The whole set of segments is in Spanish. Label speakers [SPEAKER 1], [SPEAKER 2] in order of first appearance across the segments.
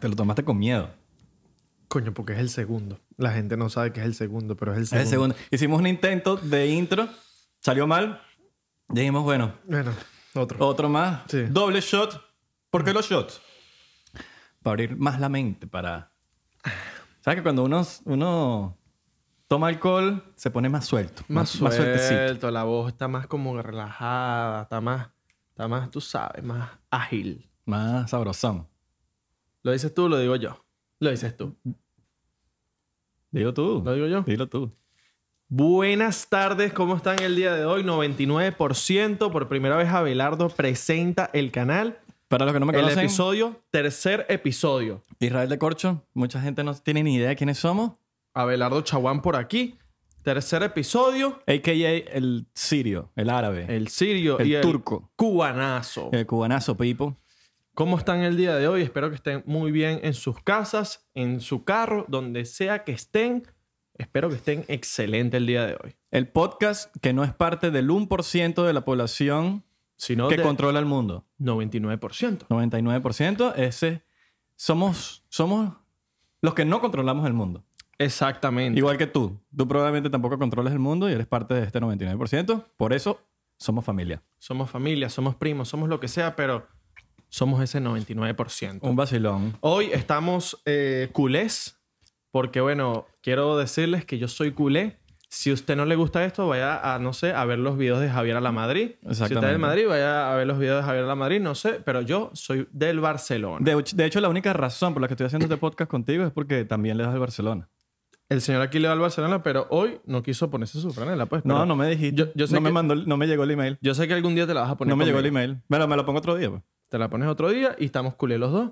[SPEAKER 1] Te lo tomaste con miedo.
[SPEAKER 2] Coño, porque es el segundo. La gente no sabe que es el segundo, pero es el
[SPEAKER 1] Es
[SPEAKER 2] segundo.
[SPEAKER 1] el segundo. Hicimos un intento de intro. Salió mal. Dijimos, bueno,
[SPEAKER 2] Bueno, otro.
[SPEAKER 1] otro más.
[SPEAKER 2] Sí.
[SPEAKER 1] Doble shot. ¿Por qué los shots? Para abrir más la mente, para... ¿Sabes que cuando uno, uno toma alcohol, se pone más suelto?
[SPEAKER 2] más
[SPEAKER 1] sueltecito.
[SPEAKER 2] suelto, la voz está más como relajada, está más, está más, tú sabes, más ágil.
[SPEAKER 1] Más sabrosón.
[SPEAKER 2] ¿Lo dices tú o lo digo yo? Lo dices tú.
[SPEAKER 1] Digo tú.
[SPEAKER 2] ¿Lo digo yo?
[SPEAKER 1] Dilo tú.
[SPEAKER 2] Buenas tardes, ¿cómo están el día de hoy? 99%, por primera vez Abelardo presenta el canal.
[SPEAKER 1] Para los que no me
[SPEAKER 2] El
[SPEAKER 1] conocen,
[SPEAKER 2] episodio, tercer episodio.
[SPEAKER 1] Israel de Corcho, mucha gente no tiene ni idea de quiénes somos.
[SPEAKER 2] Abelardo Chaguán por aquí. Tercer episodio.
[SPEAKER 1] A.K.A. el sirio, el árabe,
[SPEAKER 2] El sirio
[SPEAKER 1] El
[SPEAKER 2] y el
[SPEAKER 1] turco.
[SPEAKER 2] cubanazo.
[SPEAKER 1] el cubanazo, people.
[SPEAKER 2] ¿Cómo están el día de hoy? Espero que estén muy bien en sus casas, en su carro, donde sea que estén. Espero que estén excelente el día de hoy.
[SPEAKER 1] El podcast que no es parte del 1% de la población
[SPEAKER 2] Si no,
[SPEAKER 1] que
[SPEAKER 2] del
[SPEAKER 1] controla el mundo.
[SPEAKER 2] 99%.
[SPEAKER 1] 99%, ese somos somos los que no controlamos el mundo.
[SPEAKER 2] Exactamente.
[SPEAKER 1] Igual que tú, tú probablemente tampoco controlas el mundo y eres parte de este 99%, por eso somos familia.
[SPEAKER 2] Somos familia, somos primos, somos lo que sea, pero somos ese 99%.
[SPEAKER 1] Un vacilón.
[SPEAKER 2] Hoy estamos eh, culés, porque bueno, quiero decirles que yo soy culé. Si usted no le gusta esto, vaya a, no sé, a ver los videos de Javier a la Madrid. Si usted es
[SPEAKER 1] Exactamente.
[SPEAKER 2] de Madrid, vaya a ver los videos de Javier a la Madrid, no sé, pero yo soy del Barcelona.
[SPEAKER 1] De, de hecho, la única razón por la que estoy haciendo este podcast contigo es porque también le das al Barcelona.
[SPEAKER 2] El señor aquí le va al Barcelona, pero hoy no quiso ponerse su franela, pues.
[SPEAKER 1] No,
[SPEAKER 2] pero
[SPEAKER 1] no me dijiste.
[SPEAKER 2] Yo, yo sé
[SPEAKER 1] no,
[SPEAKER 2] que,
[SPEAKER 1] me mandó, el- no me llegó el email.
[SPEAKER 2] yo sé que algún día te la vas a poner.
[SPEAKER 1] No me llegó el
[SPEAKER 2] conmigo.
[SPEAKER 1] email. Bueno, me lo pongo otro día. pues.
[SPEAKER 2] Te la pones otro día y estamos culés los dos.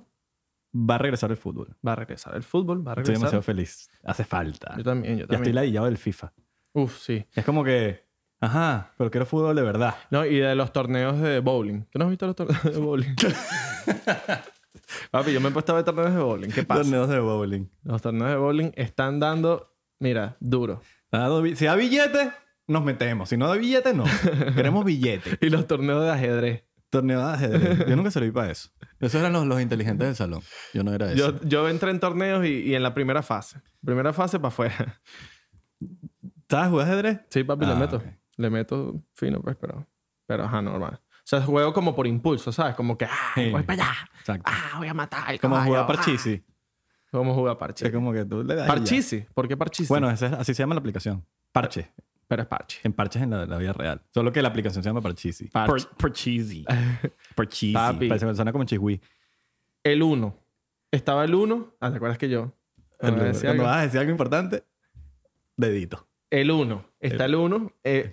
[SPEAKER 1] Va a regresar el fútbol.
[SPEAKER 2] Va a regresar el fútbol, va
[SPEAKER 1] Estoy
[SPEAKER 2] a regresar.
[SPEAKER 1] demasiado feliz. Hace falta.
[SPEAKER 2] Yo también, yo
[SPEAKER 1] Ya estoy
[SPEAKER 2] también.
[SPEAKER 1] ladillado del FIFA.
[SPEAKER 2] Uf, sí.
[SPEAKER 1] Es como que, ajá, pero quiero fútbol de verdad.
[SPEAKER 2] No, y de los torneos de bowling. ¿Tú no has visto los torneos de bowling? Papi, yo me he puesto a ver torneos de bowling. ¿Qué pasa?
[SPEAKER 1] Torneos de bowling.
[SPEAKER 2] Los torneos de bowling están dando, mira, duro.
[SPEAKER 1] Da Ah, dos bi- Si da billete, nos metemos. Si no da billete, no. Queremos billete.
[SPEAKER 2] Y los torneos de ajedrez.
[SPEAKER 1] Torneo de ajedrez. Yo nunca serví para eso. Esos eran los, los inteligentes del salón. Yo no era eso.
[SPEAKER 2] Yo, yo entré en torneos y, y en la primera fase. Primera fase para afuera.
[SPEAKER 1] ¿Sabes jugar ajedrez?
[SPEAKER 2] Sí, papi,
[SPEAKER 1] Ah,
[SPEAKER 2] le meto.
[SPEAKER 1] ok.
[SPEAKER 2] Le meto fino, pues, pero, pero ajá, normal. O sea, juego como por impulso, ¿sabes? Como que, ah,
[SPEAKER 1] Sí.
[SPEAKER 2] voy para allá.
[SPEAKER 1] Exacto.
[SPEAKER 2] Ah, voy a matar al
[SPEAKER 1] Como
[SPEAKER 2] caballo.
[SPEAKER 1] jugar parchisi.
[SPEAKER 2] Ah. Como jugar
[SPEAKER 1] Es
[SPEAKER 2] parchisi.
[SPEAKER 1] como que tú le das. y ya.
[SPEAKER 2] Parchisi. ¿Por qué parchisi?
[SPEAKER 1] Bueno, esa es- así se llama la aplicación. Parche.
[SPEAKER 2] pero es parche.
[SPEAKER 1] En parches en la, la vida real. Solo que la aplicación se llama Parchisi.
[SPEAKER 2] Parch-
[SPEAKER 1] Par- Parchisi. Parchisi.
[SPEAKER 2] Papi.
[SPEAKER 1] Parece- Suena como chihui.
[SPEAKER 2] El 1. Estaba el 1. Ah, ¿te acuerdas que yo? Bueno,
[SPEAKER 1] Cuando-
[SPEAKER 2] decía
[SPEAKER 1] cuando
[SPEAKER 2] algo.
[SPEAKER 1] vas a decir algo importante, dedito.
[SPEAKER 2] El 1. Está el 1. Eh,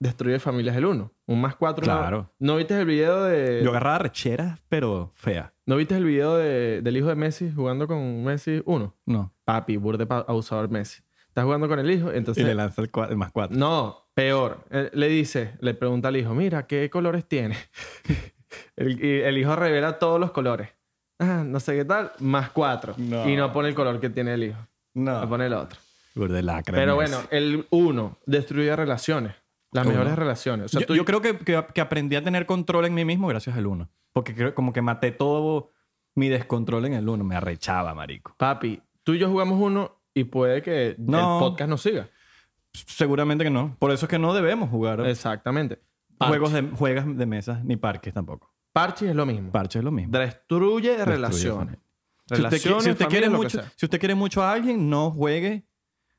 [SPEAKER 2] destruye familias el 1. Un más 4.
[SPEAKER 1] Claro.
[SPEAKER 2] ¿No viste el video de.
[SPEAKER 1] Yo agarraba recheras, pero fea.
[SPEAKER 2] ¿No viste el video de- del hijo de Messi jugando con Messi 1?
[SPEAKER 1] No.
[SPEAKER 2] Papi, burde pa- abusador Messi. Está jugando con el hijo,
[SPEAKER 1] Y
[SPEAKER 2] entonces.
[SPEAKER 1] le lanza el, cua- el más cuatro.
[SPEAKER 2] No, peor. Eh, Le dice, le pregunta al hijo, mira, ¿qué colores tiene? el, y el hijo revela todos los colores. Ah, no sé qué tal, más cuatro.
[SPEAKER 1] No.
[SPEAKER 2] Y no pone el color que tiene el hijo.
[SPEAKER 1] No.
[SPEAKER 2] Le pone el otro.
[SPEAKER 1] Burde lacra,
[SPEAKER 2] Pero
[SPEAKER 1] Messi.
[SPEAKER 2] bueno, el uno destruye relaciones. Las
[SPEAKER 1] Uno.
[SPEAKER 2] mejores relaciones. O sea,
[SPEAKER 1] yo,
[SPEAKER 2] tú-
[SPEAKER 1] yo creo que, que- que aprendí a tener control en mí mismo gracias al uno. Porque creo, como que maté todo mi descontrol en el uno. Me arrechaba, marico.
[SPEAKER 2] Papi, tú y yo jugamos uno y puede que
[SPEAKER 1] No.
[SPEAKER 2] el podcast no siga.
[SPEAKER 1] Seguramente que no. Por eso es que no debemos jugar
[SPEAKER 2] Exactamente. Parche.
[SPEAKER 1] juegos de, juegas de mesas ni parques tampoco.
[SPEAKER 2] Parche es lo mismo.
[SPEAKER 1] Parche es lo mismo.
[SPEAKER 2] Destruye,
[SPEAKER 1] familia.
[SPEAKER 2] relaciones.
[SPEAKER 1] Si usted, qui-
[SPEAKER 2] Relaciones,
[SPEAKER 1] si usted quiere
[SPEAKER 2] familia, lo que
[SPEAKER 1] mucho,
[SPEAKER 2] sea.
[SPEAKER 1] si usted quiere mucho a alguien, no juegue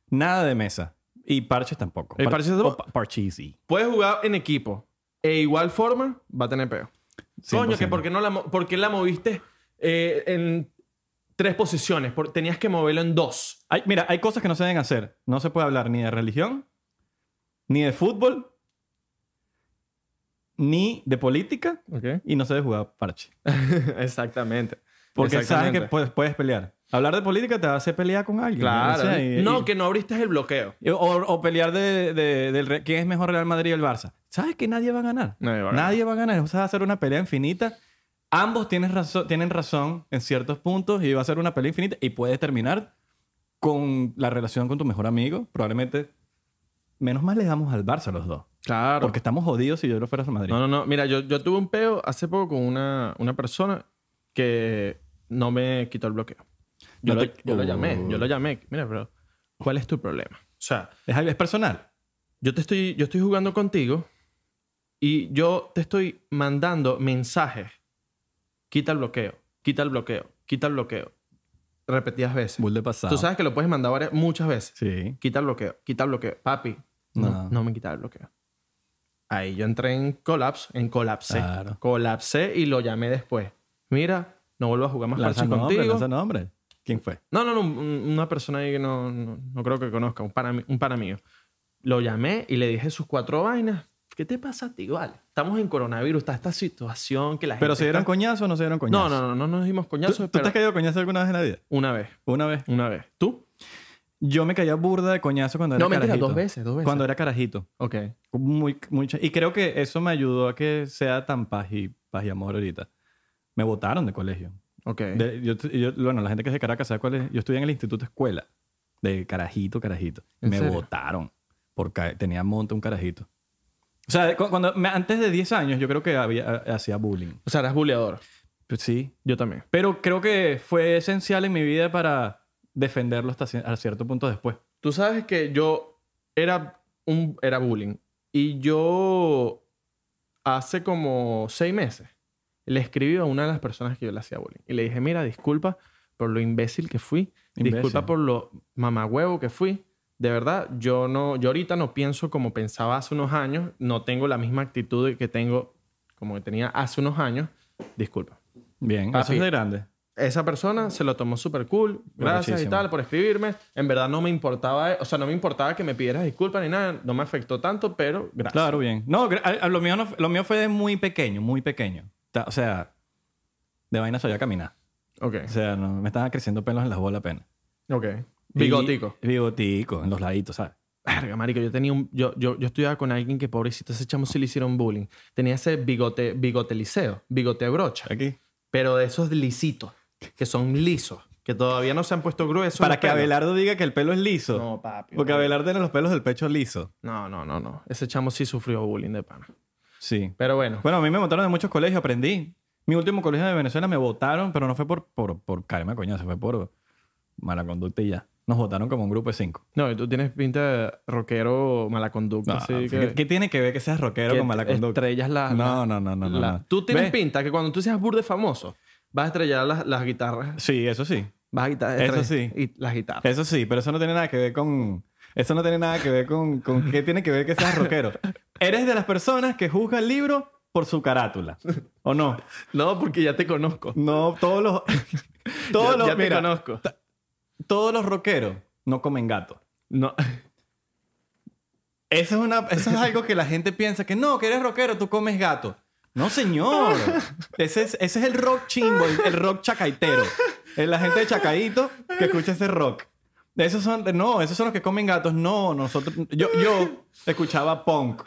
[SPEAKER 1] nada de mesa. Y parches tampoco.
[SPEAKER 2] Y parches
[SPEAKER 1] o
[SPEAKER 2] tampoco.
[SPEAKER 1] pa- parches sí.
[SPEAKER 2] Puedes jugar en equipo. E igual forma, va a tener peo.
[SPEAKER 1] 100%.
[SPEAKER 2] Coño, que porque no la, mo- por qué la moviste eh, en tres posiciones. Por- tenías que moverlo en dos.
[SPEAKER 1] Hay- mira, hay cosas que no se deben hacer. No se puede hablar ni de religión, ni de fútbol, ni de política, y no se debe jugar parche.
[SPEAKER 2] Exactamente.
[SPEAKER 1] Porque sabes
[SPEAKER 2] Exactamente.
[SPEAKER 1] que puedes, puedes pelear. Hablar de política te va a hacer pelear con alguien.
[SPEAKER 2] Claro.
[SPEAKER 1] O sea, y-
[SPEAKER 2] no,
[SPEAKER 1] y-
[SPEAKER 2] que no abriste el bloqueo.
[SPEAKER 1] O, o pelear de, de- del Re- quién es mejor Real Madrid y el Barça. ¿Sabes que nadie va a ganar?
[SPEAKER 2] Nadie va a ganar.
[SPEAKER 1] Nadie va a ganar. O sea, va a ser una pelea infinita. Ambos tienen razón, tienen razón en ciertos puntos y va a ser una pelea infinita y puede terminar con la relación con tu mejor amigo. Probablemente, menos mal le damos al Barça los dos.
[SPEAKER 2] Claro.
[SPEAKER 1] Porque estamos jodidos si yo lo fuera a Madrid.
[SPEAKER 2] No, no, no. Mira, yo, yo tuve un peo hace poco con una, una persona que no me quitó el bloqueo. Yo,
[SPEAKER 1] No
[SPEAKER 2] lo,
[SPEAKER 1] te-
[SPEAKER 2] yo lo llamé,
[SPEAKER 1] Uh.
[SPEAKER 2] yo lo llamé. Mira, pero ¿cuál es tu problema? O sea,
[SPEAKER 1] Es, algo- es personal.
[SPEAKER 2] yo te estoy, yo estoy jugando contigo y yo te estoy mandando mensajes. Quita el bloqueo, quita el bloqueo, quita el bloqueo. Repetidas veces.
[SPEAKER 1] Bull de pasado.
[SPEAKER 2] Tú sabes que lo puedes mandar varias, muchas veces.
[SPEAKER 1] Sí.
[SPEAKER 2] Quita el bloqueo, quita el bloqueo. Papi, no,
[SPEAKER 1] No.
[SPEAKER 2] no. me quita el bloqueo. Ahí yo entré en colapso, en colapsé.
[SPEAKER 1] Claro.
[SPEAKER 2] Colapsé y lo llamé después. Mira, no vuelvo a jugar más
[SPEAKER 1] Lanza
[SPEAKER 2] parches
[SPEAKER 1] nombre,
[SPEAKER 2] contigo.
[SPEAKER 1] lanza nombre. ¿Quién fue?
[SPEAKER 2] No, no, no, un- una persona ahí que no, no, no creo que conozca, un pana, mi- un pana mío. Lo llamé y le dije sus cuatro vainas. ¿Qué te pasa a ti, vale? Estamos en coronavirus, está esta situación que la gente...
[SPEAKER 1] ¿Pero se dieron
[SPEAKER 2] está-
[SPEAKER 1] coñazo o no se dieron coñazo?
[SPEAKER 2] No, no, no, no nos dimos
[SPEAKER 1] ¿Tú,
[SPEAKER 2] coñazos,
[SPEAKER 1] tú te
[SPEAKER 2] pero
[SPEAKER 1] has caído coñazo alguna vez en la vida?
[SPEAKER 2] una vez,
[SPEAKER 1] Una vez.
[SPEAKER 2] una vez. ¿Tú?
[SPEAKER 1] Yo me caía burda de coñazo cuando era
[SPEAKER 2] No, mentira,
[SPEAKER 1] carajito.
[SPEAKER 2] dos veces, dos veces.
[SPEAKER 1] Cuando era carajito.
[SPEAKER 2] Ok.
[SPEAKER 1] Muy, mucha- Y creo que eso me ayudó a que sea tan paz y, paz y amor ahorita. Me votaron de colegio.
[SPEAKER 2] Ok.
[SPEAKER 1] De- yo, yo- bueno, la gente que es de Caracas sabe cuál es. Yo estudié en el Instituto Escuela. De carajito, carajito.
[SPEAKER 2] ¿En
[SPEAKER 1] Me
[SPEAKER 2] serio?
[SPEAKER 1] votaron. Porque tenía monte un carajito. O sea, cu- cuando, me- antes de 10 años yo creo que había, hacía bullying.
[SPEAKER 2] O sea, eras buleador.
[SPEAKER 1] Pues sí.
[SPEAKER 2] Yo también.
[SPEAKER 1] Pero creo que fue esencial en mi vida para defenderlo hasta ci- a cierto punto después.
[SPEAKER 2] Tú sabes que yo era un era bullying y yo hace como seis meses le escribí a una de las personas que yo le hacía bullying y le dije, mira, disculpa por lo imbécil que fui,
[SPEAKER 1] Imbécil.
[SPEAKER 2] disculpa por lo mamagüevo que fui. De verdad, yo no, yo ahorita no pienso como pensaba hace unos años, no tengo la misma actitud que tengo como que tenía hace unos años. Disculpa.
[SPEAKER 1] Bien, eso
[SPEAKER 2] Papi.
[SPEAKER 1] es de grande.
[SPEAKER 2] esa persona se lo tomó súper cool. Gracias
[SPEAKER 1] Borrachísimo.
[SPEAKER 2] y tal por escribirme. En verdad no me importaba, o sea, no me importaba que me pidieras disculpas ni nada. No me afectó tanto, pero gracias.
[SPEAKER 1] Claro, bien. No, gra- a- a lo mío, no f- lo mío fue de muy pequeño, muy pequeño. Ta- O sea, de vaina sabía caminar.
[SPEAKER 2] Ok.
[SPEAKER 1] O sea, no, me estaban creciendo pelos en las bolas apenas.
[SPEAKER 2] Ok.
[SPEAKER 1] Y-
[SPEAKER 2] Bigotico.
[SPEAKER 1] bigotico, en los laditos, ¿sabes?
[SPEAKER 2] Verga, marico, yo tenía un... Yo, yo, yo estudiaba con alguien que, pobrecito, ese chamo sí le hicieron bullying. Tenía ese bigote, bigote liceo, bigote brocha.
[SPEAKER 1] Aquí.
[SPEAKER 2] Pero de esos lisitos, que son lisos, que todavía no se han puesto gruesos.
[SPEAKER 1] Para
[SPEAKER 2] los
[SPEAKER 1] que
[SPEAKER 2] pelos.
[SPEAKER 1] Abelardo diga que el pelo es liso.
[SPEAKER 2] No, papi.
[SPEAKER 1] porque
[SPEAKER 2] no.
[SPEAKER 1] Abelardo tiene los pelos del pecho liso.
[SPEAKER 2] No, no, no, no. Ese chamo sí sufrió bullying de pana.
[SPEAKER 1] Sí.
[SPEAKER 2] Pero bueno.
[SPEAKER 1] Bueno, a mí me votaron de muchos colegios, aprendí. Mi último colegio de Venezuela me votaron, pero no fue por, por, por caerme a coñazo, fue por mala conducta y ya. Nos votaron como un grupo de cinco.
[SPEAKER 2] No, y tú tienes pinta de rockero mala conducta.
[SPEAKER 1] No,
[SPEAKER 2] así
[SPEAKER 1] ¿qué-
[SPEAKER 2] que,
[SPEAKER 1] ¿Qué tiene que ver que seas rockero
[SPEAKER 2] que
[SPEAKER 1] con mala conducta?
[SPEAKER 2] Estrellas la-
[SPEAKER 1] No, no,
[SPEAKER 2] la-
[SPEAKER 1] no, no, no,
[SPEAKER 2] la-
[SPEAKER 1] no.
[SPEAKER 2] Tú tienes
[SPEAKER 1] ¿Ves?
[SPEAKER 2] pinta que cuando tú seas burde famoso, vas a estrellar las, las guitarras.
[SPEAKER 1] Sí, eso sí.
[SPEAKER 2] Vas a guitar-
[SPEAKER 1] Eso
[SPEAKER 2] estrellar-
[SPEAKER 1] sí.
[SPEAKER 2] Y las guitarras.
[SPEAKER 1] Eso sí, pero eso no tiene nada que ver con... Eso no tiene nada que ver con... con ¿Qué tiene que ver que seas rockero? Eres de las personas que juzga el libro por su carátula. ¿O no?
[SPEAKER 2] No, porque ya te conozco.
[SPEAKER 1] No, todos los... Todos
[SPEAKER 2] Ya-
[SPEAKER 1] los...
[SPEAKER 2] ya te
[SPEAKER 1] mira,
[SPEAKER 2] conozco.
[SPEAKER 1] Todos los rockeros no comen gato.
[SPEAKER 2] No.
[SPEAKER 1] Eso es, una, eso es algo que la gente piensa que no, que eres rockero, tú comes gato. No, señor. Ese es, ese es el rock chimbo, el, el rock chacaitero. Es la gente de Chacaito que escucha ese rock. Esos son, no, esos son los que comen gatos. No, nosotros. Yo, yo escuchaba punk.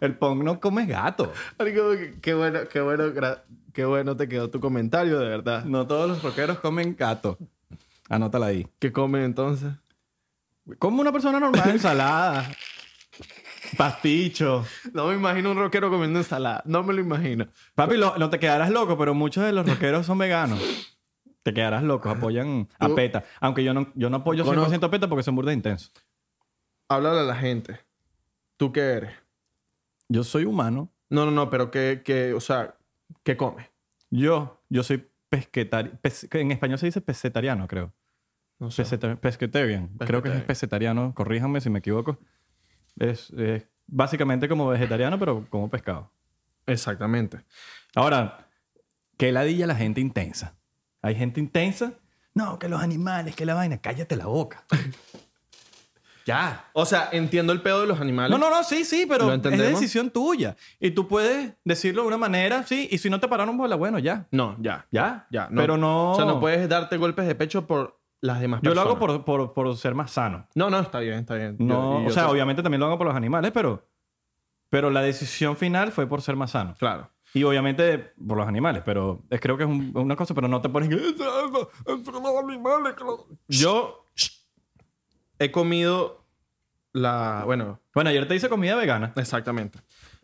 [SPEAKER 1] El punk no comes gato.
[SPEAKER 2] Marico, qué- qué bueno, qué bueno, gra- qué bueno te quedó tu comentario, de verdad.
[SPEAKER 1] No todos los rockeros comen gato. Anótala ahí.
[SPEAKER 2] ¿Qué comen entonces?
[SPEAKER 1] Como una persona normal, ensalada, pasticho.
[SPEAKER 2] No me imagino un rockero comiendo ensalada. No me lo imagino.
[SPEAKER 1] Papi, lo- no te quedarás loco, pero muchos de los rockeros son veganos. Te quedarás loco, apoyan a
[SPEAKER 2] Tú-
[SPEAKER 1] PETA. Aunque yo no, yo no apoyo
[SPEAKER 2] Conozco-
[SPEAKER 1] 100% a PETA porque son burda de intensos.
[SPEAKER 2] Háblale a la gente. ¿Tú qué eres?
[SPEAKER 1] Yo soy humano.
[SPEAKER 2] No, no, no, pero ¿qué, qué o sea, qué comes?
[SPEAKER 1] Yo, yo soy pesquetari... pes- que en español se dice pesetariano, creo.
[SPEAKER 2] No sé.
[SPEAKER 1] Peseta- pesquetarian. Creo que es
[SPEAKER 2] Pesquetarian.
[SPEAKER 1] pesetariano. Corríjanme si me equivoco. Es, es básicamente como vegetariano, pero como pescado.
[SPEAKER 2] Exactamente.
[SPEAKER 1] Ahora, que ladilla la gente intensa. Hay gente intensa. No, que los animales, que la vaina. Cállate la boca. ya.
[SPEAKER 2] O sea, entiendo el pedo de los animales.
[SPEAKER 1] No, no, no, sí, sí, pero
[SPEAKER 2] ¿Lo
[SPEAKER 1] es
[SPEAKER 2] entendemos?
[SPEAKER 1] decisión tuya. Y tú puedes decirlo de una manera, sí, y si no te pararon bola, bueno, ya.
[SPEAKER 2] No, ya.
[SPEAKER 1] Ya,
[SPEAKER 2] Ya.
[SPEAKER 1] Pero no.
[SPEAKER 2] O sea, no puedes darte golpes de pecho por las demás
[SPEAKER 1] Yo lo
[SPEAKER 2] personas.
[SPEAKER 1] hago por, por, por ser más sano.
[SPEAKER 2] No, no, está bien, está bien. Yo-
[SPEAKER 1] No,
[SPEAKER 2] y yo
[SPEAKER 1] o sea,
[SPEAKER 2] te-
[SPEAKER 1] obviamente también lo hago por los animales, pero. Pero la decisión final fue por ser más sano.
[SPEAKER 2] Claro.
[SPEAKER 1] Y obviamente por los animales, pero es, creo que es un- una cosa, pero no te "Eh, pones.
[SPEAKER 2] Yo he comido la... Bueno,
[SPEAKER 1] Bueno, ayer te hice comida vegana.
[SPEAKER 2] Exactamente.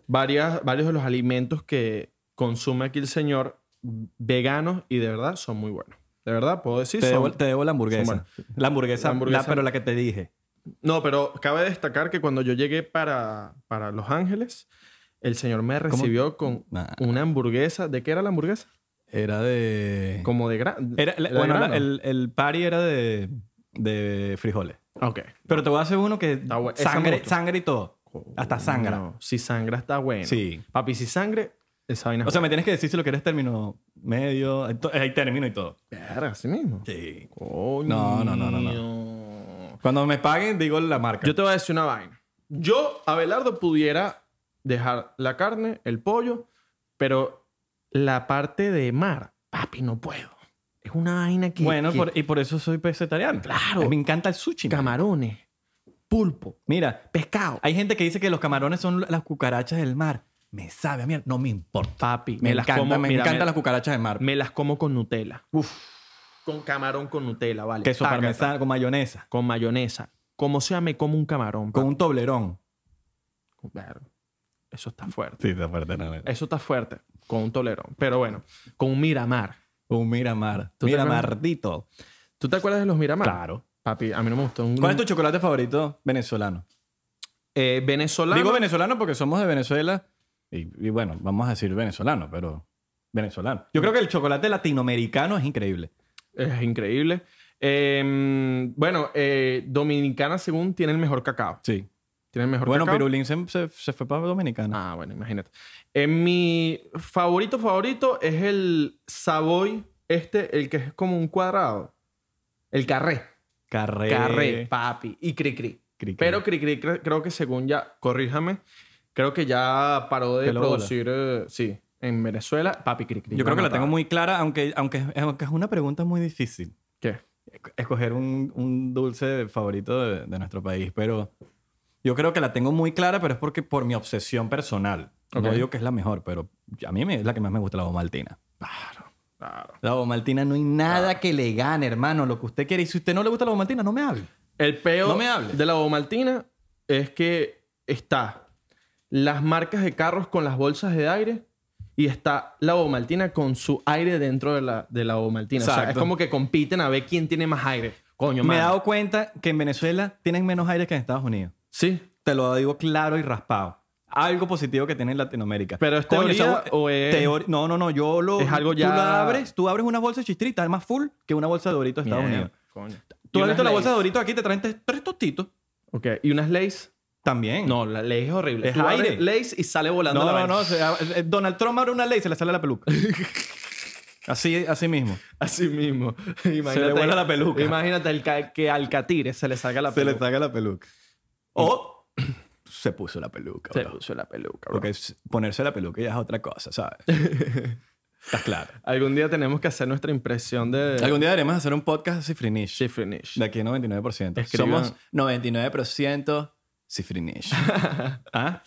[SPEAKER 2] Varias, varios de los alimentos que consume aquí el señor, veganos y de verdad son muy buenos. De verdad, puedo decir.
[SPEAKER 1] Te
[SPEAKER 2] son-
[SPEAKER 1] debo, te debo la hamburguesa.
[SPEAKER 2] son
[SPEAKER 1] La hamburguesa,
[SPEAKER 2] La hamburguesa-
[SPEAKER 1] la- pero la que te dije.
[SPEAKER 2] No, pero cabe destacar que cuando yo llegué para, para Los Ángeles, el señor me recibió con
[SPEAKER 1] Nah.
[SPEAKER 2] una hamburguesa. ¿De qué era la hamburguesa?
[SPEAKER 1] Era de.
[SPEAKER 2] Como de gran.
[SPEAKER 1] Era-
[SPEAKER 2] ¿era de
[SPEAKER 1] bueno, la-
[SPEAKER 2] grano?
[SPEAKER 1] el, el party era de, de frijoles.
[SPEAKER 2] Ok.
[SPEAKER 1] Pero te voy a hacer uno que
[SPEAKER 2] Está bu- esa me
[SPEAKER 1] sangre,
[SPEAKER 2] gustó.
[SPEAKER 1] sangre y todo. Hasta sangra.
[SPEAKER 2] No, si sangra está bueno.
[SPEAKER 1] Sí.
[SPEAKER 2] Papi, si sangre, esa vaina.
[SPEAKER 1] O sea, me tienes que decir si lo quieres término medio. hay to- Hay término y todo.
[SPEAKER 2] verga, así mismo.
[SPEAKER 1] Sí.
[SPEAKER 2] Coño.
[SPEAKER 1] No, no, no, no, Cuando me paguen, digo la marca.
[SPEAKER 2] Yo te voy a decir una vaina. Yo, Abelardo, pudiera dejar la carne, el pollo, pero la parte de mar, papi, no puedo. Es una vaina que.
[SPEAKER 1] bueno,
[SPEAKER 2] que-
[SPEAKER 1] por- y por eso soy vegetariano.
[SPEAKER 2] Claro.
[SPEAKER 1] Me encanta el sushi. man.
[SPEAKER 2] Camarones, pulpo,
[SPEAKER 1] Mira,
[SPEAKER 2] pescado.
[SPEAKER 1] hay gente que dice que los camarones son las cucarachas del mar. Me sabe a mierda. No me importa.
[SPEAKER 2] Papi,
[SPEAKER 1] Me, encanta, me
[SPEAKER 2] mira,
[SPEAKER 1] encantan
[SPEAKER 2] me-
[SPEAKER 1] las cucarachas del mar.
[SPEAKER 2] me las como con Nutella. Con camarón con Nutella, vale.
[SPEAKER 1] Queso
[SPEAKER 2] Tácata.
[SPEAKER 1] parmesano con mayonesa.
[SPEAKER 2] Con mayonesa. Como sea, me como un camarón.
[SPEAKER 1] Con un toblerón.
[SPEAKER 2] papi. Verga. Eso está fuerte.
[SPEAKER 1] Sí, te aparte nada.
[SPEAKER 2] Eso está fuerte. Con un tolerón. Pero bueno, con un miramar.
[SPEAKER 1] Un Miramar.
[SPEAKER 2] ¿Tú te
[SPEAKER 1] Miramardito.
[SPEAKER 2] ¿Tú te acuerdas de los Miramar?
[SPEAKER 1] Claro.
[SPEAKER 2] Papi, a mí no me gustó. Un,
[SPEAKER 1] ¿Cuál es tu chocolate favorito venezolano?
[SPEAKER 2] Eh, venezolano.
[SPEAKER 1] Digo venezolano porque somos de Venezuela. Y, y bueno, vamos a decir venezolano, pero venezolano. Yo creo que el chocolate latinoamericano es increíble.
[SPEAKER 2] es increíble. Eh, bueno, eh, Dominicana, según, tiene el mejor cacao.
[SPEAKER 1] Sí.
[SPEAKER 2] Tiene el mejor
[SPEAKER 1] Bueno,
[SPEAKER 2] cacao.
[SPEAKER 1] Pirulín se, se- se fue para Dominicana.
[SPEAKER 2] Ah, bueno, imagínate. Eh, mi favorito, favorito es el Savoy, este, el que es como un cuadrado. El carré.
[SPEAKER 1] Carré.
[SPEAKER 2] Carré, papi. Y cri-cri.
[SPEAKER 1] Cri-cri.
[SPEAKER 2] Pero cri-cri cre- creo que según ya, corríjame, creo que ya paró de
[SPEAKER 1] Que lo bola.
[SPEAKER 2] producir, eh, sí, en Venezuela. Papi, cri-cri.
[SPEAKER 1] Yo creo que la tengo
[SPEAKER 2] mataba.
[SPEAKER 1] muy clara, aunque, aunque, aunque es una pregunta muy difícil.
[SPEAKER 2] ¿Qué?
[SPEAKER 1] Escoger un, un dulce favorito de, de nuestro país, pero yo creo que la tengo muy clara, pero es porque por mi obsesión personal. No
[SPEAKER 2] Ok.
[SPEAKER 1] digo que es la mejor, pero a mí me- es la que más me gusta, la bomaltina.
[SPEAKER 2] Claro, claro.
[SPEAKER 1] La bomaltina no hay nada que le gane, hermano, lo que usted quiere. Y si usted no le gusta la bomaltina, no me hable.
[SPEAKER 2] El peo
[SPEAKER 1] No me hables.
[SPEAKER 2] de la Bomaltina es que está las marcas de carros con las bolsas de aire y está la Bomaltina con su aire dentro de la, de la Bomaltina. O sea, es
[SPEAKER 1] Exacto.
[SPEAKER 2] como que compiten a ver quién tiene más aire. Coño,
[SPEAKER 1] me he
[SPEAKER 2] mano.
[SPEAKER 1] dado cuenta que en Venezuela tienen menos aire que en Estados Unidos.
[SPEAKER 2] Sí.
[SPEAKER 1] Te lo digo claro y raspado. Algo positivo que tiene en Latinoamérica.
[SPEAKER 2] ¿Pero es teoría
[SPEAKER 1] esa-
[SPEAKER 2] o es-
[SPEAKER 1] teori- No, no, no. Yo lo...
[SPEAKER 2] Es algo
[SPEAKER 1] Tú
[SPEAKER 2] ya-
[SPEAKER 1] la abres, tú abres una bolsa de chistrita, es más full que una bolsa de Doritos de Estados
[SPEAKER 2] Mierda,
[SPEAKER 1] Unidos.
[SPEAKER 2] coño.
[SPEAKER 1] Tú
[SPEAKER 2] ¿Y
[SPEAKER 1] has
[SPEAKER 2] unas
[SPEAKER 1] visto la bolsa de
[SPEAKER 2] Lay's?
[SPEAKER 1] Doritos aquí, te traen tres, tres tostitos.
[SPEAKER 2] Ok. ¿Y unas Lays?
[SPEAKER 1] También.
[SPEAKER 2] No, la Lays es horrible.
[SPEAKER 1] Es
[SPEAKER 2] Tú abres
[SPEAKER 1] aire.
[SPEAKER 2] Lays y sale volando
[SPEAKER 1] no,
[SPEAKER 2] la
[SPEAKER 1] no.
[SPEAKER 2] vaina.
[SPEAKER 1] no, se- eh, Donald Trump abre una ley y se le sale la peluca. Así, así mismo.
[SPEAKER 2] Así mismo. Imagínate,
[SPEAKER 1] le vuela la peluca.
[SPEAKER 2] Imagínate el ca- que al catire se le saca la
[SPEAKER 1] se le
[SPEAKER 2] peluca.
[SPEAKER 1] saca la peluca. O se puso la peluca.
[SPEAKER 2] Se
[SPEAKER 1] bro.
[SPEAKER 2] puso la peluca, bro.
[SPEAKER 1] Porque s- ponerse la peluca ya es otra cosa, ¿sabes? Estás claro.
[SPEAKER 2] Algún día tenemos que hacer nuestra impresión de
[SPEAKER 1] Algún día haremos hacer un podcast Cifrinish.
[SPEAKER 2] Chifrinish.
[SPEAKER 1] De aquí 99%.
[SPEAKER 2] Escriban-
[SPEAKER 1] Somos 99% Cifrinish. ¿Ah?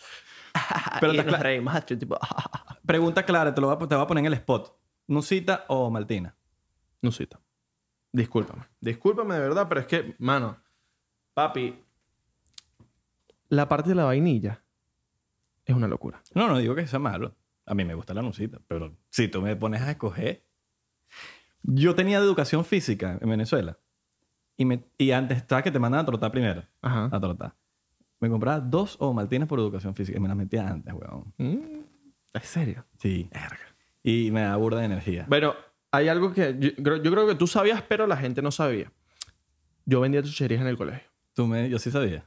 [SPEAKER 1] Pero está cla-
[SPEAKER 2] reímos así, tipo, ah,
[SPEAKER 1] Pregunta clara, te, lo voy a, po- te voy a poner en el spot. ¿Nusita o Maltina?
[SPEAKER 2] Nusita. Discúlpame. Discúlpame de verdad, pero es que, mano, papi, la parte de la vainilla es una locura.
[SPEAKER 1] No, no digo que sea malo. A mí me gusta la Nusita, pero si tú me pones a escoger. Yo tenía educación física en Venezuela. Y, me, y antes estaba que te mandaban a trotar primero.
[SPEAKER 2] Ajá.
[SPEAKER 1] A trotar. Me compraba dos o Maltinas por educación física. Y me las metía antes, weón.
[SPEAKER 2] Mm, ¿En serio?
[SPEAKER 1] Sí. Y me da burda de energía.
[SPEAKER 2] Bueno, hay algo que yo, creo- yo creo que tú sabías, pero la gente no sabía. Yo vendía chucherías en el colegio.
[SPEAKER 1] Tú me, yo sí sabía.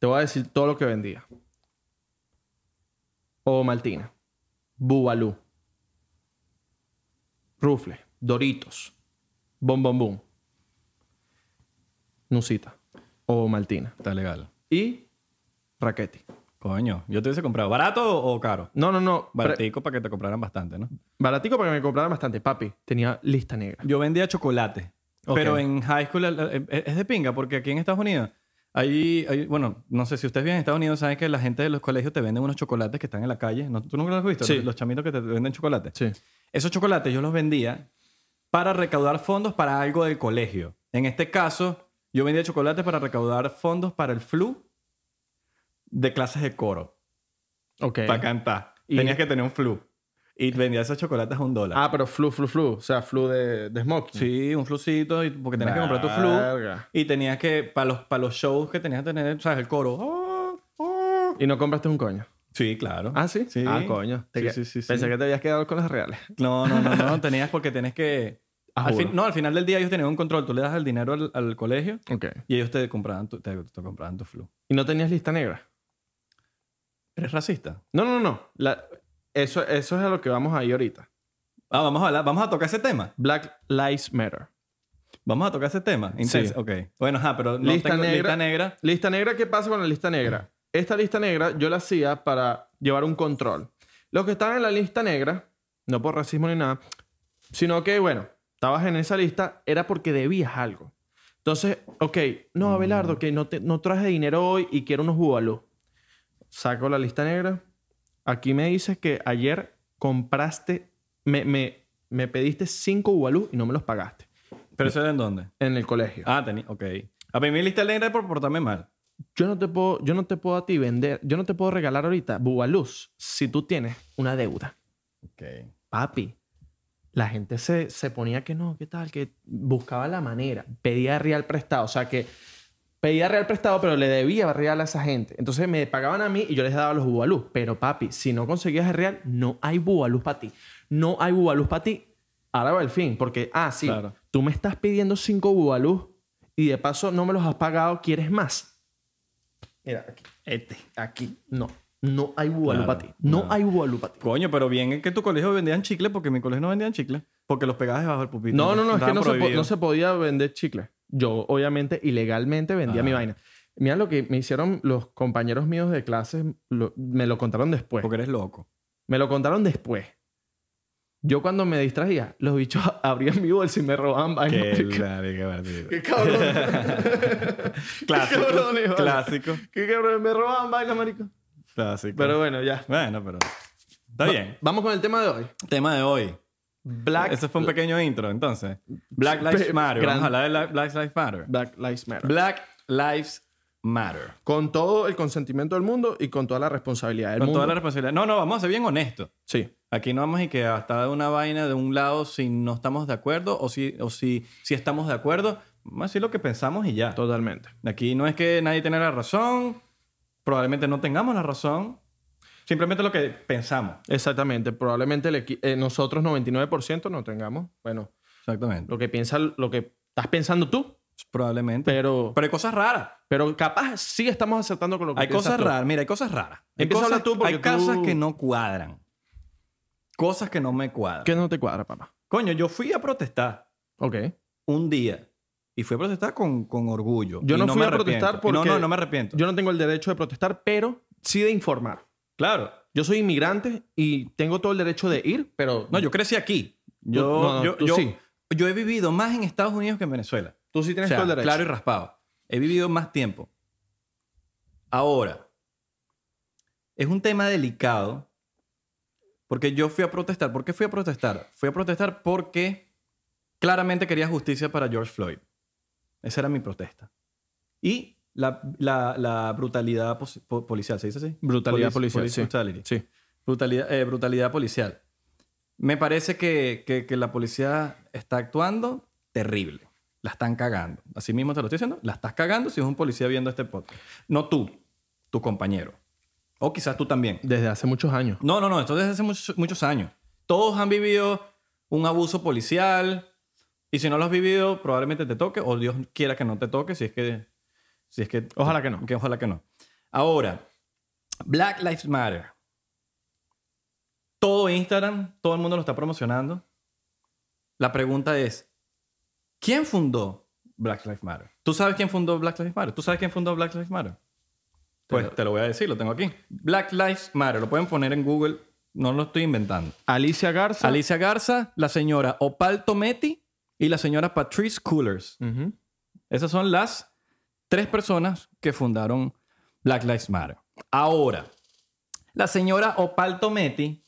[SPEAKER 2] Te voy a decir todo lo que vendía. O Maltina. Bubalú. Rufle. Doritos. Bom Bom Boom. Nusita. O Maltina.
[SPEAKER 1] Está legal.
[SPEAKER 2] Y Raquetti.
[SPEAKER 1] Coño, yo te hubiese comprado. ¿Barato o o caro?
[SPEAKER 2] No, no, no. Pre-
[SPEAKER 1] Baratico para que te compraran bastante, ¿no?
[SPEAKER 2] Baratico para que me compraran bastante. Papi, tenía lista negra.
[SPEAKER 1] Yo vendía chocolate.
[SPEAKER 2] Ok.
[SPEAKER 1] Pero en high school eh, eh, es de pinga, porque aquí en Estados Unidos, ahí, ahí- bueno, no sé si ustedes viven en Estados Unidos, saben que la gente de los colegios te venden unos chocolates que están en la calle. ¿No? ¿Tú nunca los has visto?
[SPEAKER 2] Sí.
[SPEAKER 1] Los, los chamitos que te venden chocolate.
[SPEAKER 2] Sí.
[SPEAKER 1] Esos chocolates yo los vendía para recaudar fondos para algo del colegio. En este caso, yo vendía chocolates para recaudar fondos para el flu de clases de coro,
[SPEAKER 2] Ok.
[SPEAKER 1] para cantar.
[SPEAKER 2] Y-
[SPEAKER 1] Tenías que tener un flu. Y vendía esos chocolates a un dólar.
[SPEAKER 2] Ah, pero flu, flu, flu. O sea, flu de, de smoking.
[SPEAKER 1] Sí, un flucito, y- porque tenías que comprar tu flu.
[SPEAKER 2] Verga.
[SPEAKER 1] Y tenías que, para los, para los shows que tenías que tener, ¿sabes? El coro. Ah, ah.
[SPEAKER 2] Y no compraste un coño.
[SPEAKER 1] Sí, claro.
[SPEAKER 2] Ah, sí.
[SPEAKER 1] Sí.
[SPEAKER 2] Ah, coño. Te
[SPEAKER 1] Sí,
[SPEAKER 2] que-
[SPEAKER 1] sí, sí, sí.
[SPEAKER 2] Pensé que te habías quedado con las reales.
[SPEAKER 1] No, no, no, no. Tenías porque tenías que...
[SPEAKER 2] Ah,
[SPEAKER 1] al fin-
[SPEAKER 2] juro.
[SPEAKER 1] no, al final del día ellos tenían un control. Tú le das el dinero al, al colegio
[SPEAKER 2] Ok.
[SPEAKER 1] y ellos te compraban tu, te, te compraban tu flu.
[SPEAKER 2] ¿Y no tenías lista negra?
[SPEAKER 1] ¿Eres racista?
[SPEAKER 2] No, no, no. La- eso, eso es a lo que vamos ahí ahorita.
[SPEAKER 1] Ah, vamos a hablar- vamos a tocar ese tema.
[SPEAKER 2] Black Lives Matter.
[SPEAKER 1] Vamos a tocar ese tema. Intenso.
[SPEAKER 2] Sí.
[SPEAKER 1] Ok. Bueno, ajá, pero no
[SPEAKER 2] Lista
[SPEAKER 1] tengo
[SPEAKER 2] negra.
[SPEAKER 1] lista negra.
[SPEAKER 2] Lista negra, ¿qué pasa con la lista negra? Esta lista negra yo la hacía para llevar un control. Los que estaban en la lista negra, no por racismo ni nada, sino que, bueno, estabas en esa lista, era porque debías algo. Entonces, ok, no, Abelardo, que no, te- no traje dinero hoy y quiero unos bubalú. Saco la lista negra. Aquí me dices que ayer compraste, me, me, me pediste cinco bubalú y no me los pagaste
[SPEAKER 1] ¿Pero eso era en dónde?
[SPEAKER 2] en el colegio.
[SPEAKER 1] Ah, tenía... Ok. A mí mi lista negra es por portarme mal.
[SPEAKER 2] yo no te puedo, yo no te puedo a ti vender, yo no te puedo regalar ahorita Bubaluz si tú tienes una deuda.
[SPEAKER 1] Ok.
[SPEAKER 2] Papi, la gente se, se ponía que no, ¿qué tal? Que buscaba la manera, pedía real prestado, o sea que pedía real prestado, pero le debía real a esa gente. Entonces me pagaban a mí y yo les daba los Bubaluz. Pero papi, si no conseguías el real, no hay Bubaluz para ti. No hay Bubaluz para ti. Ahora va el fin, porque, ah, sí,
[SPEAKER 1] Claro.
[SPEAKER 2] tú me estás pidiendo cinco Bubaluz y de paso no me los has pagado, ¿quieres más? Mira, aquí. Este, aquí. No. No hay Bubalú
[SPEAKER 1] Claro,
[SPEAKER 2] para ti. No
[SPEAKER 1] claro.
[SPEAKER 2] hay Bubalú para ti.
[SPEAKER 1] Coño, pero bien es que tu colegio vendían chicle porque mi colegio no vendían chicle. Porque los pegabas debajo del pupitre.
[SPEAKER 2] No, no, no. Es que
[SPEAKER 1] Estaban
[SPEAKER 2] no se, po-
[SPEAKER 1] prohibidos.
[SPEAKER 2] no se podía vender chicle. Yo, obviamente, ilegalmente vendía
[SPEAKER 1] Ajá.
[SPEAKER 2] mi vaina. Mira lo que me hicieron los compañeros míos de clases. lo- me lo contaron después.
[SPEAKER 1] Porque eres loco.
[SPEAKER 2] Me lo contaron después. Yo cuando me distraía, los bichos abrían mi bolsa y me robaban vaina.
[SPEAKER 1] Qué larga,
[SPEAKER 2] Qué cabrón.
[SPEAKER 1] Clásico.
[SPEAKER 2] Qué cabrones, vale.
[SPEAKER 1] clásico.
[SPEAKER 2] Qué cabrón. Me robaban vaina, marico.
[SPEAKER 1] Clásico.
[SPEAKER 2] Pero bueno, ya.
[SPEAKER 1] bueno, pero. Está bien.
[SPEAKER 2] Vamos con el tema de hoy.
[SPEAKER 1] Tema de hoy.
[SPEAKER 2] Black,
[SPEAKER 1] Ese fue un pequeño intro, entonces. Black Lives
[SPEAKER 2] Pe-
[SPEAKER 1] Matter.
[SPEAKER 2] gran-
[SPEAKER 1] Vamos a hablar de la- Black Lives Matter.
[SPEAKER 2] Black Lives Matter.
[SPEAKER 1] Black Lives matter.
[SPEAKER 2] Con todo el consentimiento del mundo y con toda la responsabilidad del
[SPEAKER 1] Con
[SPEAKER 2] mundo.
[SPEAKER 1] toda la responsabilidad. No, no, vamos a ser bien honestos.
[SPEAKER 2] Sí.
[SPEAKER 1] Aquí no vamos y que hasta una vaina de un lado si no estamos de acuerdo o si, o si, si estamos de acuerdo. Vamos a decir lo que pensamos y ya.
[SPEAKER 2] Totalmente.
[SPEAKER 1] Aquí no es que nadie tenga la razón. Probablemente no tengamos la razón. Simplemente lo que pensamos.
[SPEAKER 2] Exactamente. Probablemente el equi- eh, nosotros 99% no tengamos. Bueno,
[SPEAKER 1] Exactamente.
[SPEAKER 2] lo que piensa, lo que estás pensando tú,
[SPEAKER 1] Probablemente.
[SPEAKER 2] pero,
[SPEAKER 1] Pero hay cosas raras.
[SPEAKER 2] pero capaz sí estamos aceptando con lo que
[SPEAKER 1] Hay
[SPEAKER 2] piensas
[SPEAKER 1] cosas
[SPEAKER 2] tú.
[SPEAKER 1] raras. Mira, hay cosas raras. Hay
[SPEAKER 2] Empieza a
[SPEAKER 1] cosas,
[SPEAKER 2] hablar tú porque
[SPEAKER 1] hay cosas
[SPEAKER 2] tú-
[SPEAKER 1] que no cuadran. Cosas que no me cuadran.
[SPEAKER 2] ¿Qué no te cuadra, papá?
[SPEAKER 1] Coño, yo fui a protestar
[SPEAKER 2] Ok.
[SPEAKER 1] un día. Y fui a protestar con, con orgullo.
[SPEAKER 2] Yo
[SPEAKER 1] Y
[SPEAKER 2] no fui
[SPEAKER 1] me
[SPEAKER 2] a protestar
[SPEAKER 1] arrepiento. Y
[SPEAKER 2] porque-
[SPEAKER 1] No, no, no me arrepiento.
[SPEAKER 2] Yo no tengo el derecho de protestar, pero sí de informar.
[SPEAKER 1] Claro.
[SPEAKER 2] Yo soy inmigrante y tengo todo el derecho de ir, pero
[SPEAKER 1] No, yo crecí aquí. Yo,
[SPEAKER 2] no, no,
[SPEAKER 1] yo,
[SPEAKER 2] tú
[SPEAKER 1] yo-
[SPEAKER 2] sí.
[SPEAKER 1] yo he vivido más en Estados Unidos que en Venezuela.
[SPEAKER 2] tú sí
[SPEAKER 1] O
[SPEAKER 2] tienes
[SPEAKER 1] sea,
[SPEAKER 2] todo el derecho.
[SPEAKER 1] claro y raspado. He vivido más tiempo. Ahora, es un tema delicado porque yo fui a protestar. ¿Por qué fui a protestar? Fui a protestar porque claramente quería justicia para George Floyd. Esa era mi protesta. Y la, la- la brutalidad posi- po- policial, ¿se dice así?
[SPEAKER 2] Brutalidad
[SPEAKER 1] Police-
[SPEAKER 2] policial,
[SPEAKER 1] police
[SPEAKER 2] sí.
[SPEAKER 1] brutality.
[SPEAKER 2] Sí.
[SPEAKER 1] Brutalidad, eh, brutalidad policial. Me parece que, que- que la policía está actuando terrible. La están cagando. Así mismo te lo estoy diciendo. La estás cagando si es un policía viendo este podcast. No tú, tu compañero. O quizás tú también.
[SPEAKER 2] Desde hace muchos años.
[SPEAKER 1] No, no, no. Esto desde hace muchos, muchos años. Todos han vivido un abuso policial. Y si no lo has vivido, probablemente te toque. O Dios quiera que no te toque si es que... Si es que
[SPEAKER 2] Ojalá que no.
[SPEAKER 1] que ojalá que no. Ahora, Black Lives Matter. Todo Instagram, todo el mundo lo está promocionando. La pregunta es, ¿quién fundó Black Lives Matter? ¿Tú sabes quién fundó Black Lives Matter? ¿Tú sabes quién fundó Black Lives Matter? Pues te lo voy a decir, lo tengo aquí. Black Lives Matter, lo pueden poner en Google, no lo estoy inventando.
[SPEAKER 2] Alicia Garza.
[SPEAKER 1] Alicia Garza, la señora Opal Tometi y la señora Patrice Coolers.
[SPEAKER 2] Ujú.
[SPEAKER 1] Esas son las tres personas que fundaron Black Lives Matter. Ahora, la señora Opal Tometi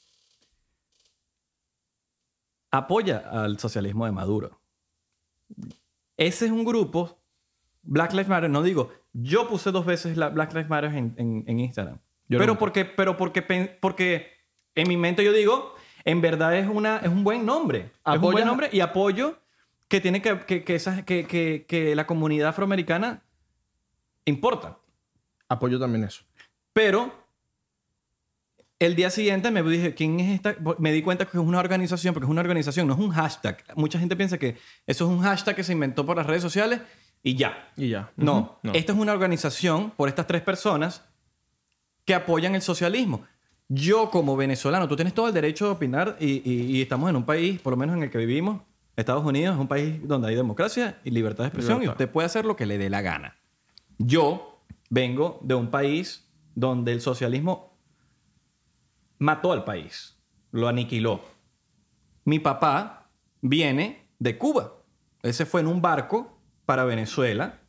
[SPEAKER 1] apoya al socialismo de Maduro. Ese es un grupo, Black Lives Matter, no digo, yo puse dos veces la Black Lives Matter en, en- en Instagram.
[SPEAKER 2] Yo
[SPEAKER 1] pero
[SPEAKER 2] nunca.
[SPEAKER 1] porque, pero porque, pen- porque en mi mente yo digo, en verdad es, una, es un buen nombre. Es un
[SPEAKER 2] Apoyas-
[SPEAKER 1] buen nombre y apoyo que tiene que, que, que, esas- que, que, que la comunidad afroamericana importa.
[SPEAKER 2] Apoyo también eso.
[SPEAKER 1] Pero el día siguiente me dije, ¿quién es esta? Me di cuenta que es una organización, porque es una organización, no es un hashtag. Mucha gente piensa que eso es un hashtag que se inventó por las redes sociales y ya.
[SPEAKER 2] Y ya.
[SPEAKER 1] No,
[SPEAKER 2] Ujú.
[SPEAKER 1] esta es una organización por estas tres personas que apoyan el socialismo. Yo como venezolano, tú tienes todo el derecho de opinar y, y- y estamos en un país, por lo menos en el que vivimos, Estados Unidos es un país donde hay democracia y libertad de expresión y
[SPEAKER 2] Libertad.
[SPEAKER 1] usted puede hacer lo que le dé la gana. Yo vengo de un país donde el socialismo mató al país, lo aniquiló. Mi papá viene de Cuba. Él se fue en un barco para Venezuela,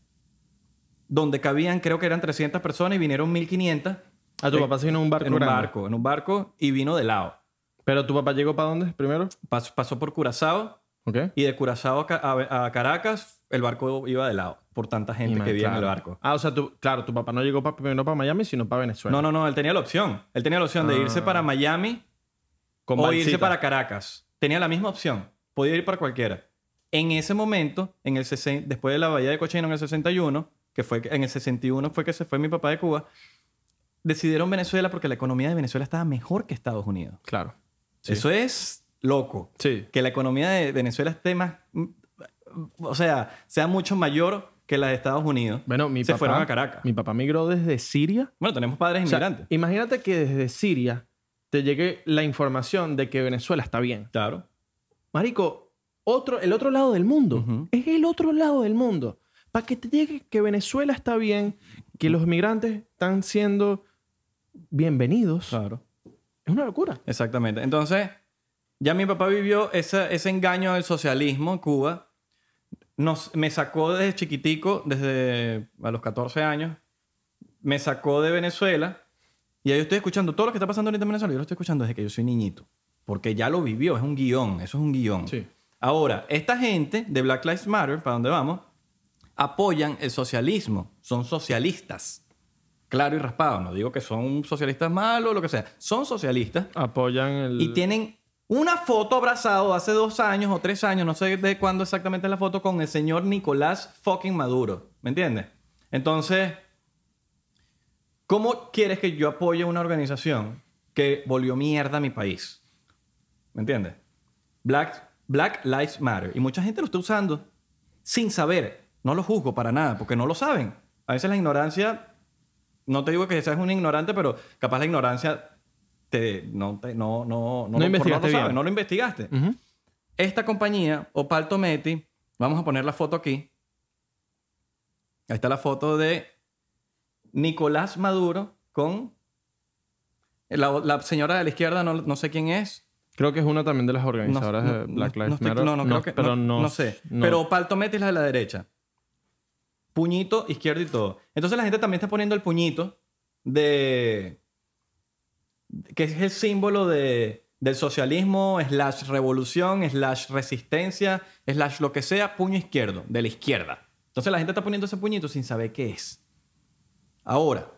[SPEAKER 1] donde cabían, creo que eran 300 personas y vinieron 1500.
[SPEAKER 2] A tu papá se vino en un barco
[SPEAKER 1] En un
[SPEAKER 2] grande.
[SPEAKER 1] barco, en un barco y vino de lado.
[SPEAKER 2] Pero tu papá llegó para dónde primero?
[SPEAKER 1] Pasó, pasó por Curazao
[SPEAKER 2] Ok.
[SPEAKER 1] y de Curazao a, Ca- a- a Caracas el barco iba de lado por tanta gente
[SPEAKER 2] Y man,
[SPEAKER 1] que vivía en el
[SPEAKER 2] claro.
[SPEAKER 1] barco.
[SPEAKER 2] Ah, o sea, tú, claro, tu papá no llegó pa- primero para Miami, sino para Venezuela.
[SPEAKER 1] No, no, no, él tenía la opción. Él tenía la opción de irse para Miami
[SPEAKER 2] Ah. Con
[SPEAKER 1] o
[SPEAKER 2] balsita.
[SPEAKER 1] irse para Caracas. Tenía la misma opción. Podía ir para cualquiera. En ese momento, en el sesen- después de la Bahía de Cochino en el 61, que fue que- en el 61 fue que se fue mi papá de Cuba, decidieron Venezuela porque la economía de Venezuela estaba mejor que Estados Unidos.
[SPEAKER 2] Claro. Sí.
[SPEAKER 1] Eso es loco.
[SPEAKER 2] Sí.
[SPEAKER 1] Que la economía de Venezuela esté más, mm, o sea, sea mucho mayor que la de Estados Unidos.
[SPEAKER 2] Bueno, mi
[SPEAKER 1] se
[SPEAKER 2] papá.
[SPEAKER 1] fueron a Caracas.
[SPEAKER 2] Mi papá migró desde Siria.
[SPEAKER 1] Bueno, tenemos padres
[SPEAKER 2] O sea,
[SPEAKER 1] inmigrantes.
[SPEAKER 2] imagínate que desde Siria te llegue la información de que Venezuela está bien.
[SPEAKER 1] Claro.
[SPEAKER 2] Marico, otro, el otro lado del mundo.
[SPEAKER 1] Ujú.
[SPEAKER 2] Es el otro lado del mundo. Para que te llegue que Venezuela está bien, que los migrantes están siendo bienvenidos.
[SPEAKER 1] Claro.
[SPEAKER 2] Es una locura.
[SPEAKER 1] Exactamente. Entonces, ya mi papá vivió esa- ese engaño del socialismo en Cuba. Nos, me sacó desde chiquitico, desde a los 14 años, me sacó de Venezuela y ahí yo estoy escuchando todo lo que está pasando ahorita en Venezuela. Yo lo estoy escuchando desde que yo soy niñito, porque ya lo vivió, es un guión, eso es un guión.
[SPEAKER 2] Sí.
[SPEAKER 1] Ahora, esta gente de Black Lives Matter, para dónde vamos, apoyan el socialismo, son socialistas. Claro y raspado, no digo que son socialistas malos o lo que sea, son socialistas
[SPEAKER 2] Apoyan el.
[SPEAKER 1] y tienen una foto abrazado hace dos años o tres años, no sé de cuándo exactamente es la foto, con el señor Nicolás fucking Maduro. ¿Me entiendes? Entonces, ¿cómo quieres que yo apoye una organización que volvió mierda a mi país? ¿Me entiendes? Black, Black Lives Matter. Y mucha gente lo está usando sin saber. No lo juzgo para nada, porque no lo saben. A veces la ignorancia, no te digo que seas un ignorante, pero capaz la ignorancia te, no, te- no, no, no,
[SPEAKER 2] No investigaste
[SPEAKER 1] lo
[SPEAKER 2] bien. Mm.
[SPEAKER 1] sabes, no lo investigaste.
[SPEAKER 2] Ujú.
[SPEAKER 1] Esta compañía, Opal Tometi, vamos a poner la foto aquí. Ahí está la foto de Nicolás Maduro con la, la señora de la izquierda, no, no sé quién es.
[SPEAKER 2] Creo que es una también de las
[SPEAKER 1] No-
[SPEAKER 2] organizadoras
[SPEAKER 1] no-
[SPEAKER 2] de Black
[SPEAKER 1] no-
[SPEAKER 2] Lives
[SPEAKER 1] no estoy-
[SPEAKER 2] Matter.
[SPEAKER 1] No, no, creo que-
[SPEAKER 2] pero
[SPEAKER 1] no,
[SPEAKER 2] no,
[SPEAKER 1] no sé.
[SPEAKER 2] no.
[SPEAKER 1] Pero Opal Tometi es la de la derecha. Puñito izquierdo y todo. Entonces la gente también está poniendo el puñito de... que es el símbolo de, del socialismo, slash revolución, slash resistencia, slash lo que sea, puño izquierdo, de la izquierda. Entonces la gente está poniendo ese puñito sin saber qué es. Ahora,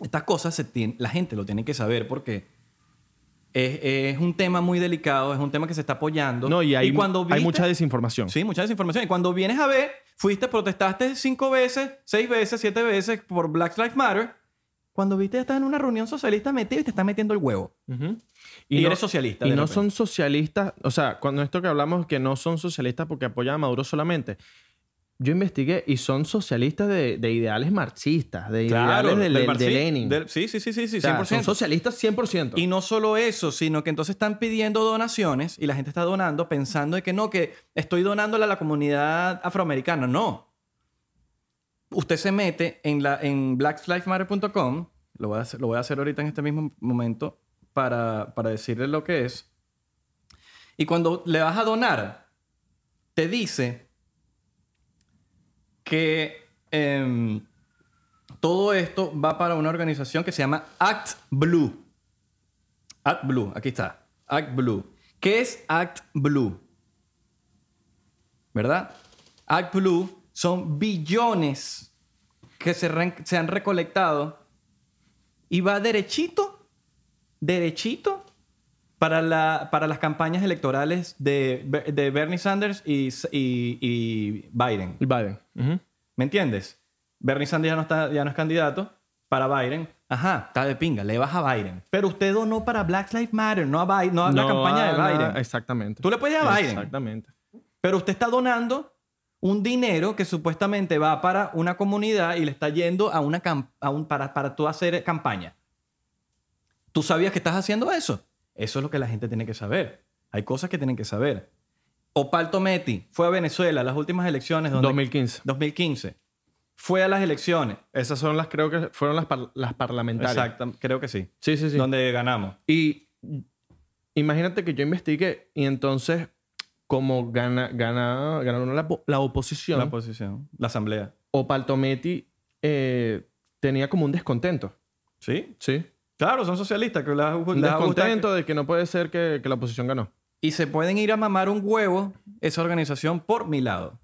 [SPEAKER 1] estas cosas se tien- la gente lo tiene que saber porque es, es un tema muy delicado, es un tema que se está apoyando.
[SPEAKER 2] No, y hay,
[SPEAKER 1] cuando
[SPEAKER 2] hay
[SPEAKER 1] viste-
[SPEAKER 2] mucha desinformación.
[SPEAKER 1] Sí, mucha desinformación. Y cuando vienes a ver, fuiste, protestaste cinco veces, seis veces, siete veces por Black Lives Matter. Cuando viste, estás en una reunión socialista metido y te estás metiendo el huevo.
[SPEAKER 2] Ujú.
[SPEAKER 1] Y eres socialista,
[SPEAKER 2] Y
[SPEAKER 1] de
[SPEAKER 2] no
[SPEAKER 1] repente.
[SPEAKER 2] son socialistas. O sea, cuando esto que hablamos que no son socialistas porque apoyan a Maduro solamente. Yo investigué y son socialistas de, de ideales marxistas, de ideales de,
[SPEAKER 1] del
[SPEAKER 2] de- de
[SPEAKER 1] marxismo,
[SPEAKER 2] Lenin.
[SPEAKER 1] del- sí, sí, sí, sí, sí,
[SPEAKER 2] O sea,
[SPEAKER 1] 100%.
[SPEAKER 2] son socialistas 100%.
[SPEAKER 1] Y no solo eso, sino que entonces están pidiendo donaciones y la gente está donando pensando de que no, que estoy donándole a la comunidad afroamericana. No. Usted se mete en, la, en blacklifesmatter.com, lo, voy a hacer- lo voy a hacer ahorita en este mismo momento para, para decirle lo que es. Y cuando le vas a donar, te dice que em, todo esto va para una organización que se llama Act Blue. Act Blue, aquí está. Act Blue. ¿Qué es Act Blue? ¿Verdad? Act Blue son billones que se, ren- se han recolectado y va derechito, derechito para, la, para las campañas electorales de, Ber- de Bernie Sanders y, S- y- y Biden.
[SPEAKER 2] Y Biden. Ujú.
[SPEAKER 1] ¿Me entiendes? Bernie Sanders ya no, está, ya no es candidato para Biden. Ajá, está de pinga, le vas a Biden. Pero usted donó para Black Lives Matter, no a, Biden, no a la
[SPEAKER 2] No
[SPEAKER 1] campaña
[SPEAKER 2] a-
[SPEAKER 1] de Biden.
[SPEAKER 2] exactamente.
[SPEAKER 1] Tú le puedes ir a Biden.
[SPEAKER 2] Exactamente.
[SPEAKER 1] Pero usted está donando un dinero que supuestamente va para una comunidad y le está yendo a una cam- a un, para, para tú hacer campaña. ¿Tú sabías que estás haciendo eso? Eso es lo que la gente tiene que saber. Hay cosas que tienen que saber. Opal Tometi fue a Venezuela a las últimas elecciones. donde-
[SPEAKER 2] 2015.
[SPEAKER 1] 2015. Fue a las elecciones.
[SPEAKER 2] Esas son las, creo que fueron las, par- las parlamentarias.
[SPEAKER 1] Exacto, creo que sí.
[SPEAKER 2] Sí, sí, sí.
[SPEAKER 1] Donde ganamos.
[SPEAKER 2] Y imagínate que yo investigué y entonces, como gana, gana, ganaron la, po- la oposición,
[SPEAKER 1] La posición. La asamblea.
[SPEAKER 2] Opaltometi eh, tenía como un descontento.
[SPEAKER 1] Sí.
[SPEAKER 2] Sí.
[SPEAKER 1] Claro, son socialistas. Que les-
[SPEAKER 2] Un
[SPEAKER 1] les ha gustado que-
[SPEAKER 2] descontento de que no puede ser que, que la oposición ganó.
[SPEAKER 1] y se pueden ir a mamar un huevo esa organización por mi lado.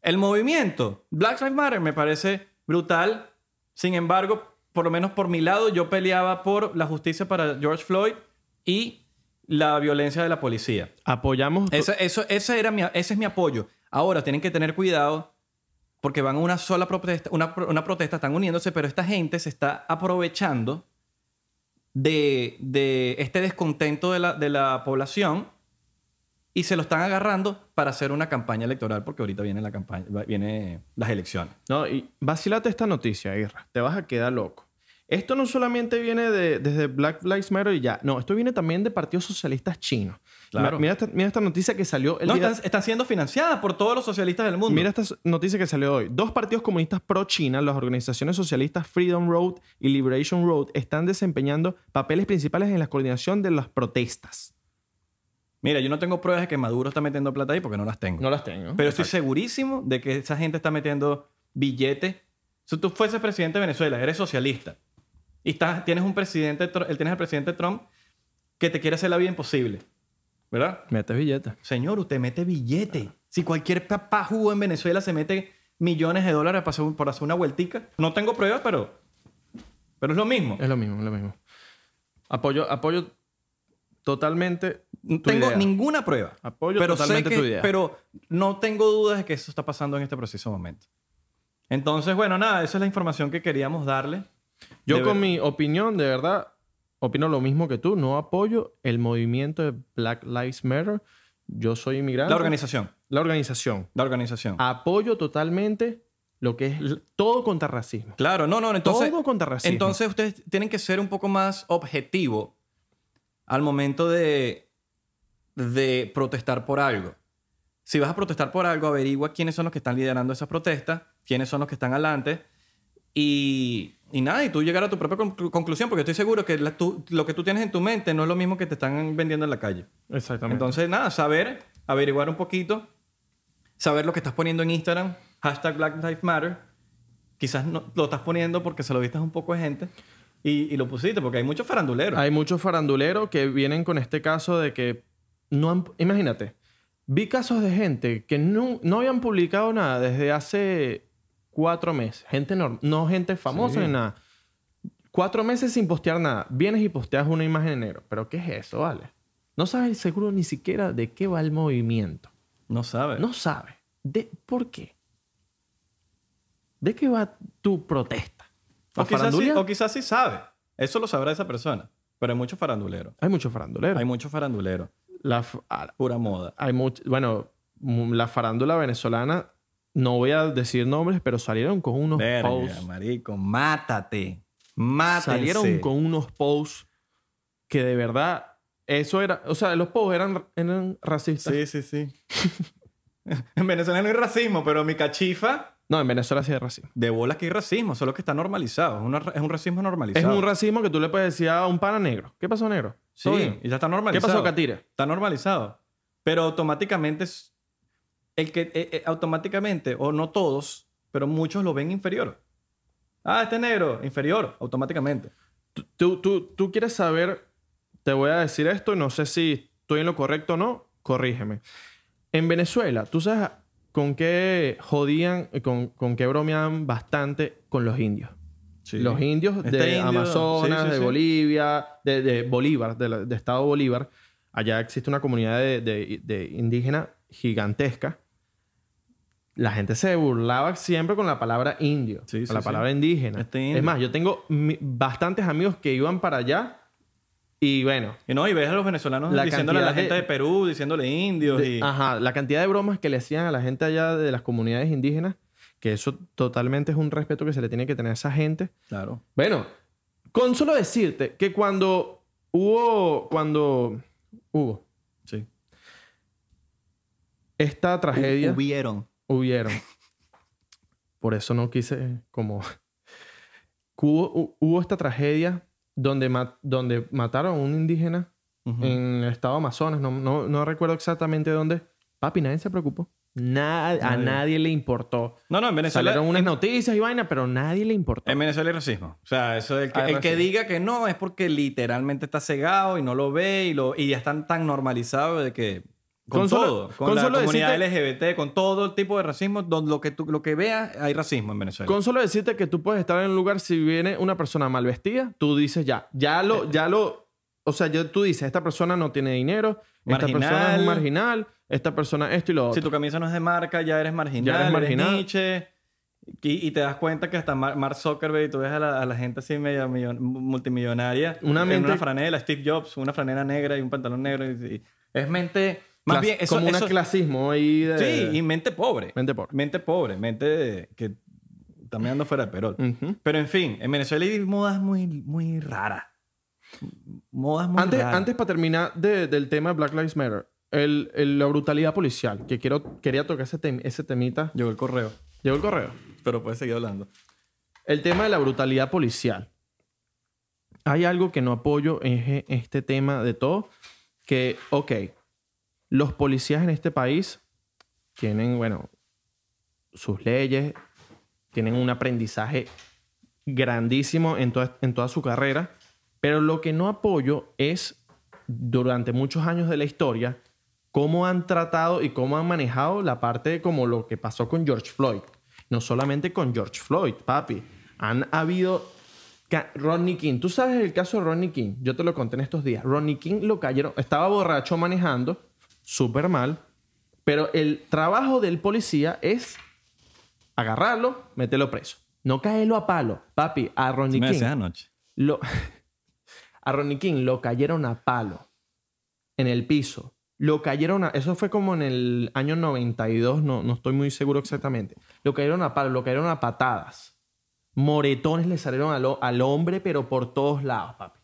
[SPEAKER 1] El movimiento Black Lives Matter me parece brutal. Sin embargo, por lo menos por mi lado, yo peleaba por la justicia para George Floyd y la violencia de la policía.
[SPEAKER 2] Apoyamos.
[SPEAKER 1] Ese, eso, ese, era mi, ese es mi apoyo. Ahora tienen que tener cuidado porque van a una sola protesta, una, pro- una protesta, están uniéndose, pero esta gente se está aprovechando de, de este descontento de la, de la población y se lo están agarrando para hacer una campaña electoral porque ahorita viene la campaña, va- viene las elecciones.
[SPEAKER 2] No, y vacílate esta noticia, Irra. Te vas a quedar loco. Esto no solamente viene de, desde Black Lives Matter y ya. No, esto viene también de partidos socialistas chinos.
[SPEAKER 1] Claro.
[SPEAKER 2] Mira, mira esta, mira esta noticia que salió el
[SPEAKER 1] No,
[SPEAKER 2] día-
[SPEAKER 1] están, están siendo financiadas por todos los socialistas del mundo.
[SPEAKER 2] Mira esta so- noticia que salió hoy. Dos partidos comunistas pro-China, las organizaciones socialistas Freedom Road y Liberation Road, están desempeñando papeles principales en la coordinación de las protestas.
[SPEAKER 1] Mira, yo no tengo pruebas de que Maduro está metiendo plata ahí porque no las tengo.
[SPEAKER 2] las tengo.
[SPEAKER 1] Pero
[SPEAKER 2] Pero
[SPEAKER 1] estoy segurísimo de que esa gente está metiendo billetes. Si tú fueses presidente de Venezuela, eres socialista. Y estás, tienes, un presidente, Tr- tienes al presidente Trump que te quiere hacer la vida imposible. ¿Verdad?
[SPEAKER 2] Metes billetes.
[SPEAKER 1] Señor, usted mete billete. Si cualquier papá jugo en Venezuela se mete millones de dólares para hacer, un- por hacer una vueltica. No tengo pruebas, pero, pero es lo mismo.
[SPEAKER 2] Es lo mismo, es lo mismo. Apoyo, apoyo totalmente.
[SPEAKER 1] No
[SPEAKER 2] tu
[SPEAKER 1] tengo
[SPEAKER 2] idea. Ah,
[SPEAKER 1] ninguna prueba.
[SPEAKER 2] Apoyo
[SPEAKER 1] pero sé
[SPEAKER 2] totalmente
[SPEAKER 1] que-
[SPEAKER 2] tu idea.
[SPEAKER 1] Pero no tengo dudas de que eso está pasando en este preciso momento. Entonces, bueno, nada, esa es la información que queríamos darle.
[SPEAKER 2] Yo
[SPEAKER 1] De
[SPEAKER 2] con
[SPEAKER 1] ver-
[SPEAKER 2] mi opinión, de verdad, opino lo mismo que tú. No apoyo el movimiento de Black Lives Matter. Yo soy inmigrante.
[SPEAKER 1] La organización.
[SPEAKER 2] La organización.
[SPEAKER 1] La organización.
[SPEAKER 2] Apoyo totalmente lo que es l- todo contra racismo.
[SPEAKER 1] Claro, no, no, entonces.
[SPEAKER 2] todo contra racismo.
[SPEAKER 1] Entonces ustedes tienen que ser un poco más objetivo al momento de, de protestar por algo. Si vas a protestar por algo, averigua quiénes son los que están liderando esas protestas, quiénes son los que están adelante y, y nada, y tú llegar a tu propia conclu- conclusión, porque estoy seguro que la- tú- lo que tú tienes en tu mente no es lo mismo que te están vendiendo en la calle.
[SPEAKER 2] Exactamente.
[SPEAKER 1] Entonces, nada, saber, averiguar un poquito, saber lo que estás poniendo en Instagram, hashtag Black Lives Matter. Quizás no, lo estás poniendo porque se lo viste a un poco de gente y, y lo pusiste porque hay muchos faranduleros.
[SPEAKER 2] Hay muchos faranduleros que vienen con este caso de que no han... Imagínate, vi casos de gente que no, no habían publicado nada desde hace cuatro meses. Gente norm- no gente famosa ni nada. Cuatro meses sin postear nada. Vienes y posteas una imagen en negro. ¿Pero qué es eso, vale? No sabes seguro ni siquiera de qué va el movimiento.
[SPEAKER 1] No sabes.
[SPEAKER 2] No sabes. De, ¿Por qué? ¿De qué va tu protesta? ¿A
[SPEAKER 1] o, quizás sí,
[SPEAKER 2] farandulear?
[SPEAKER 1] o quizás sí sabe. Eso lo sabrá esa persona. Pero hay muchos faranduleros.
[SPEAKER 2] Hay muchos faranduleros.
[SPEAKER 1] Hay muchos faranduleros.
[SPEAKER 2] La f- a-
[SPEAKER 1] Pura moda.
[SPEAKER 2] hay mucho, bueno, mu- la farándula venezolana, no voy a decir nombres, pero salieron con unos
[SPEAKER 1] Verga,
[SPEAKER 2] posts.
[SPEAKER 1] marico. Mátate. Mátense.
[SPEAKER 2] Salieron con unos posts que de verdad, eso era, o sea, los posts eran, eran racistas.
[SPEAKER 1] Sí, sí, sí. en Venezuela no hay racismo, pero mi cachifa...
[SPEAKER 2] No, en Venezuela sí es racismo.
[SPEAKER 1] De bolas que hay racismo, solo que está normalizado. Es, una- es un racismo
[SPEAKER 2] Es
[SPEAKER 1] normalizado.
[SPEAKER 2] un racismo que tú le puedes decir a un pana negro. ¿Qué pasó, negro?
[SPEAKER 1] Sí,
[SPEAKER 2] ¿Todo bien?
[SPEAKER 1] y ya está
[SPEAKER 2] ¿Qué
[SPEAKER 1] normalizado.
[SPEAKER 2] pasó, Katira?
[SPEAKER 1] Está normalizado. Pero automáticamente es. El que. eh, eh, automáticamente, o no todos, pero muchos lo ven inferior. Ah, este negro, inferior, automáticamente.
[SPEAKER 2] Tú, tú, tú quieres saber, te voy a decir esto, y no sé si estoy en lo correcto o no, corrígeme. En Venezuela, ¿tú sabes con qué jodían, con, con qué bromean bastante con los indios? Los indios
[SPEAKER 1] Este
[SPEAKER 2] de
[SPEAKER 1] indio-
[SPEAKER 2] Amazonas,
[SPEAKER 1] sí, sí,
[SPEAKER 2] de
[SPEAKER 1] sí.
[SPEAKER 2] Bolivia, de, de Bolívar, de, la- de Estado Bolívar. Allá existe una comunidad de, de- de indígenas gigantesca. La gente se burlaba siempre con la palabra indio,
[SPEAKER 1] Sí,
[SPEAKER 2] con
[SPEAKER 1] sí,
[SPEAKER 2] la
[SPEAKER 1] sí.
[SPEAKER 2] palabra indígena.
[SPEAKER 1] Este indio.
[SPEAKER 2] Es más, yo tengo mi- bastantes amigos que iban para allá y bueno,
[SPEAKER 1] Y no, y ves a los venezolanos
[SPEAKER 2] La
[SPEAKER 1] diciéndole a la
[SPEAKER 2] cantidad de-
[SPEAKER 1] gente de, Perú, diciéndole indios.
[SPEAKER 2] de- ah,
[SPEAKER 1] y...
[SPEAKER 2] ajá, la cantidad de bromas que le hacían a la gente allá de las comunidades indígenas, que eso totalmente es un respeto que se le tiene que tener a esa gente.
[SPEAKER 1] Claro.
[SPEAKER 2] Bueno, con solo decirte que cuando hubo, cuando hubo
[SPEAKER 1] Sí.
[SPEAKER 2] esta tragedia,
[SPEAKER 1] Hubieron.
[SPEAKER 2] hubieron. Por eso no quise, como... Hubo, hu- hubo esta tragedia donde, ma- donde mataron a un indígena
[SPEAKER 1] Ujú.
[SPEAKER 2] en el estado de Amazonas, no, no, no recuerdo exactamente dónde. Papi, nadie se preocupó. Nada, a
[SPEAKER 1] Nadie.
[SPEAKER 2] nadie le importó.
[SPEAKER 1] No, no, en Venezuela.
[SPEAKER 2] Salieron unas noticias y vaina, pero nadie le importó.
[SPEAKER 1] En Venezuela hay racismo. O sea, eso del que,
[SPEAKER 2] Hay
[SPEAKER 1] el que
[SPEAKER 2] racismo.
[SPEAKER 1] diga que no es porque literalmente está cegado y no lo ve y, lo, y ya están tan normalizados de que. Con,
[SPEAKER 2] Con solo-
[SPEAKER 1] todo. Con,
[SPEAKER 2] con
[SPEAKER 1] la
[SPEAKER 2] solo
[SPEAKER 1] comunidad LGBT, con todo el tipo de racismo, donde lo que, tú, lo que veas, hay racismo en Venezuela.
[SPEAKER 2] Con solo decirte que tú puedes estar en un lugar si viene una persona mal vestida, tú dices ya, ya
[SPEAKER 1] Eh,
[SPEAKER 2] lo, ya lo, o sea, ya tú dices, esta persona no tiene dinero, esta persona es
[SPEAKER 1] Marginal.
[SPEAKER 2] un marginal, esta persona esto y lo
[SPEAKER 1] si
[SPEAKER 2] otro.
[SPEAKER 1] tu camisa no es de marca, ya eres marginal,
[SPEAKER 2] Ya
[SPEAKER 1] eres
[SPEAKER 2] eres marginal.
[SPEAKER 1] Nietzsche. Y, y te das cuenta que hasta Mar- Mark Zuckerberg y tú ves a la, a la gente así media millon- multimillonaria
[SPEAKER 2] Una
[SPEAKER 1] en
[SPEAKER 2] mente-
[SPEAKER 1] una franela, Steve Jobs, una franela negra y un pantalón negro. y- y- es mente... Más
[SPEAKER 2] Clas-
[SPEAKER 1] bien, eso,
[SPEAKER 2] como
[SPEAKER 1] eso-
[SPEAKER 2] un clasismo ahí de...
[SPEAKER 1] Sí, y mente pobre.
[SPEAKER 2] Mente pobre.
[SPEAKER 1] Mente pobre, mente de- que también ando fuera de perol.
[SPEAKER 2] Ujú.
[SPEAKER 1] Pero en fin, en Venezuela hay modas muy, muy raras. Modas muy
[SPEAKER 2] Antes,
[SPEAKER 1] raras.
[SPEAKER 2] antes para terminar de- del tema de Black Lives Matter, el- el- la brutalidad policial, que quiero, quería tocar ese, tem- ese temita.
[SPEAKER 1] Llegó el correo,
[SPEAKER 2] Llegó el correo.
[SPEAKER 1] pero puedes seguir hablando.
[SPEAKER 2] El tema de la brutalidad policial. Hay algo que no apoyo en e- este tema de todo, que, ok, los policías en este país tienen, bueno, sus leyes, tienen un aprendizaje grandísimo en toda, en toda su carrera, pero lo que no apoyo es, durante muchos años de la historia, cómo han tratado y cómo han manejado la parte de como lo que pasó con George Floyd. No solamente con George Floyd, papi. Han habido... ca- Rodney King. Tú sabes el caso de Rodney King. Yo te lo conté en estos días. Rodney King lo cayeron... Estaba borracho manejando. Súper mal. Pero el trabajo del policía es agarrarlo, meterlo preso. No caerlo a palo. Papi, a Rodney
[SPEAKER 1] Me
[SPEAKER 2] King
[SPEAKER 1] decías anoche.
[SPEAKER 2] lo, a Ronnie King lo cayeron a palo en el piso. Lo cayeron a, eso fue como en el año 92, no, no estoy muy seguro exactamente. Lo cayeron a palo, lo cayeron a patadas. Moretones le salieron al, ho- al hombre, pero por todos lados, papi.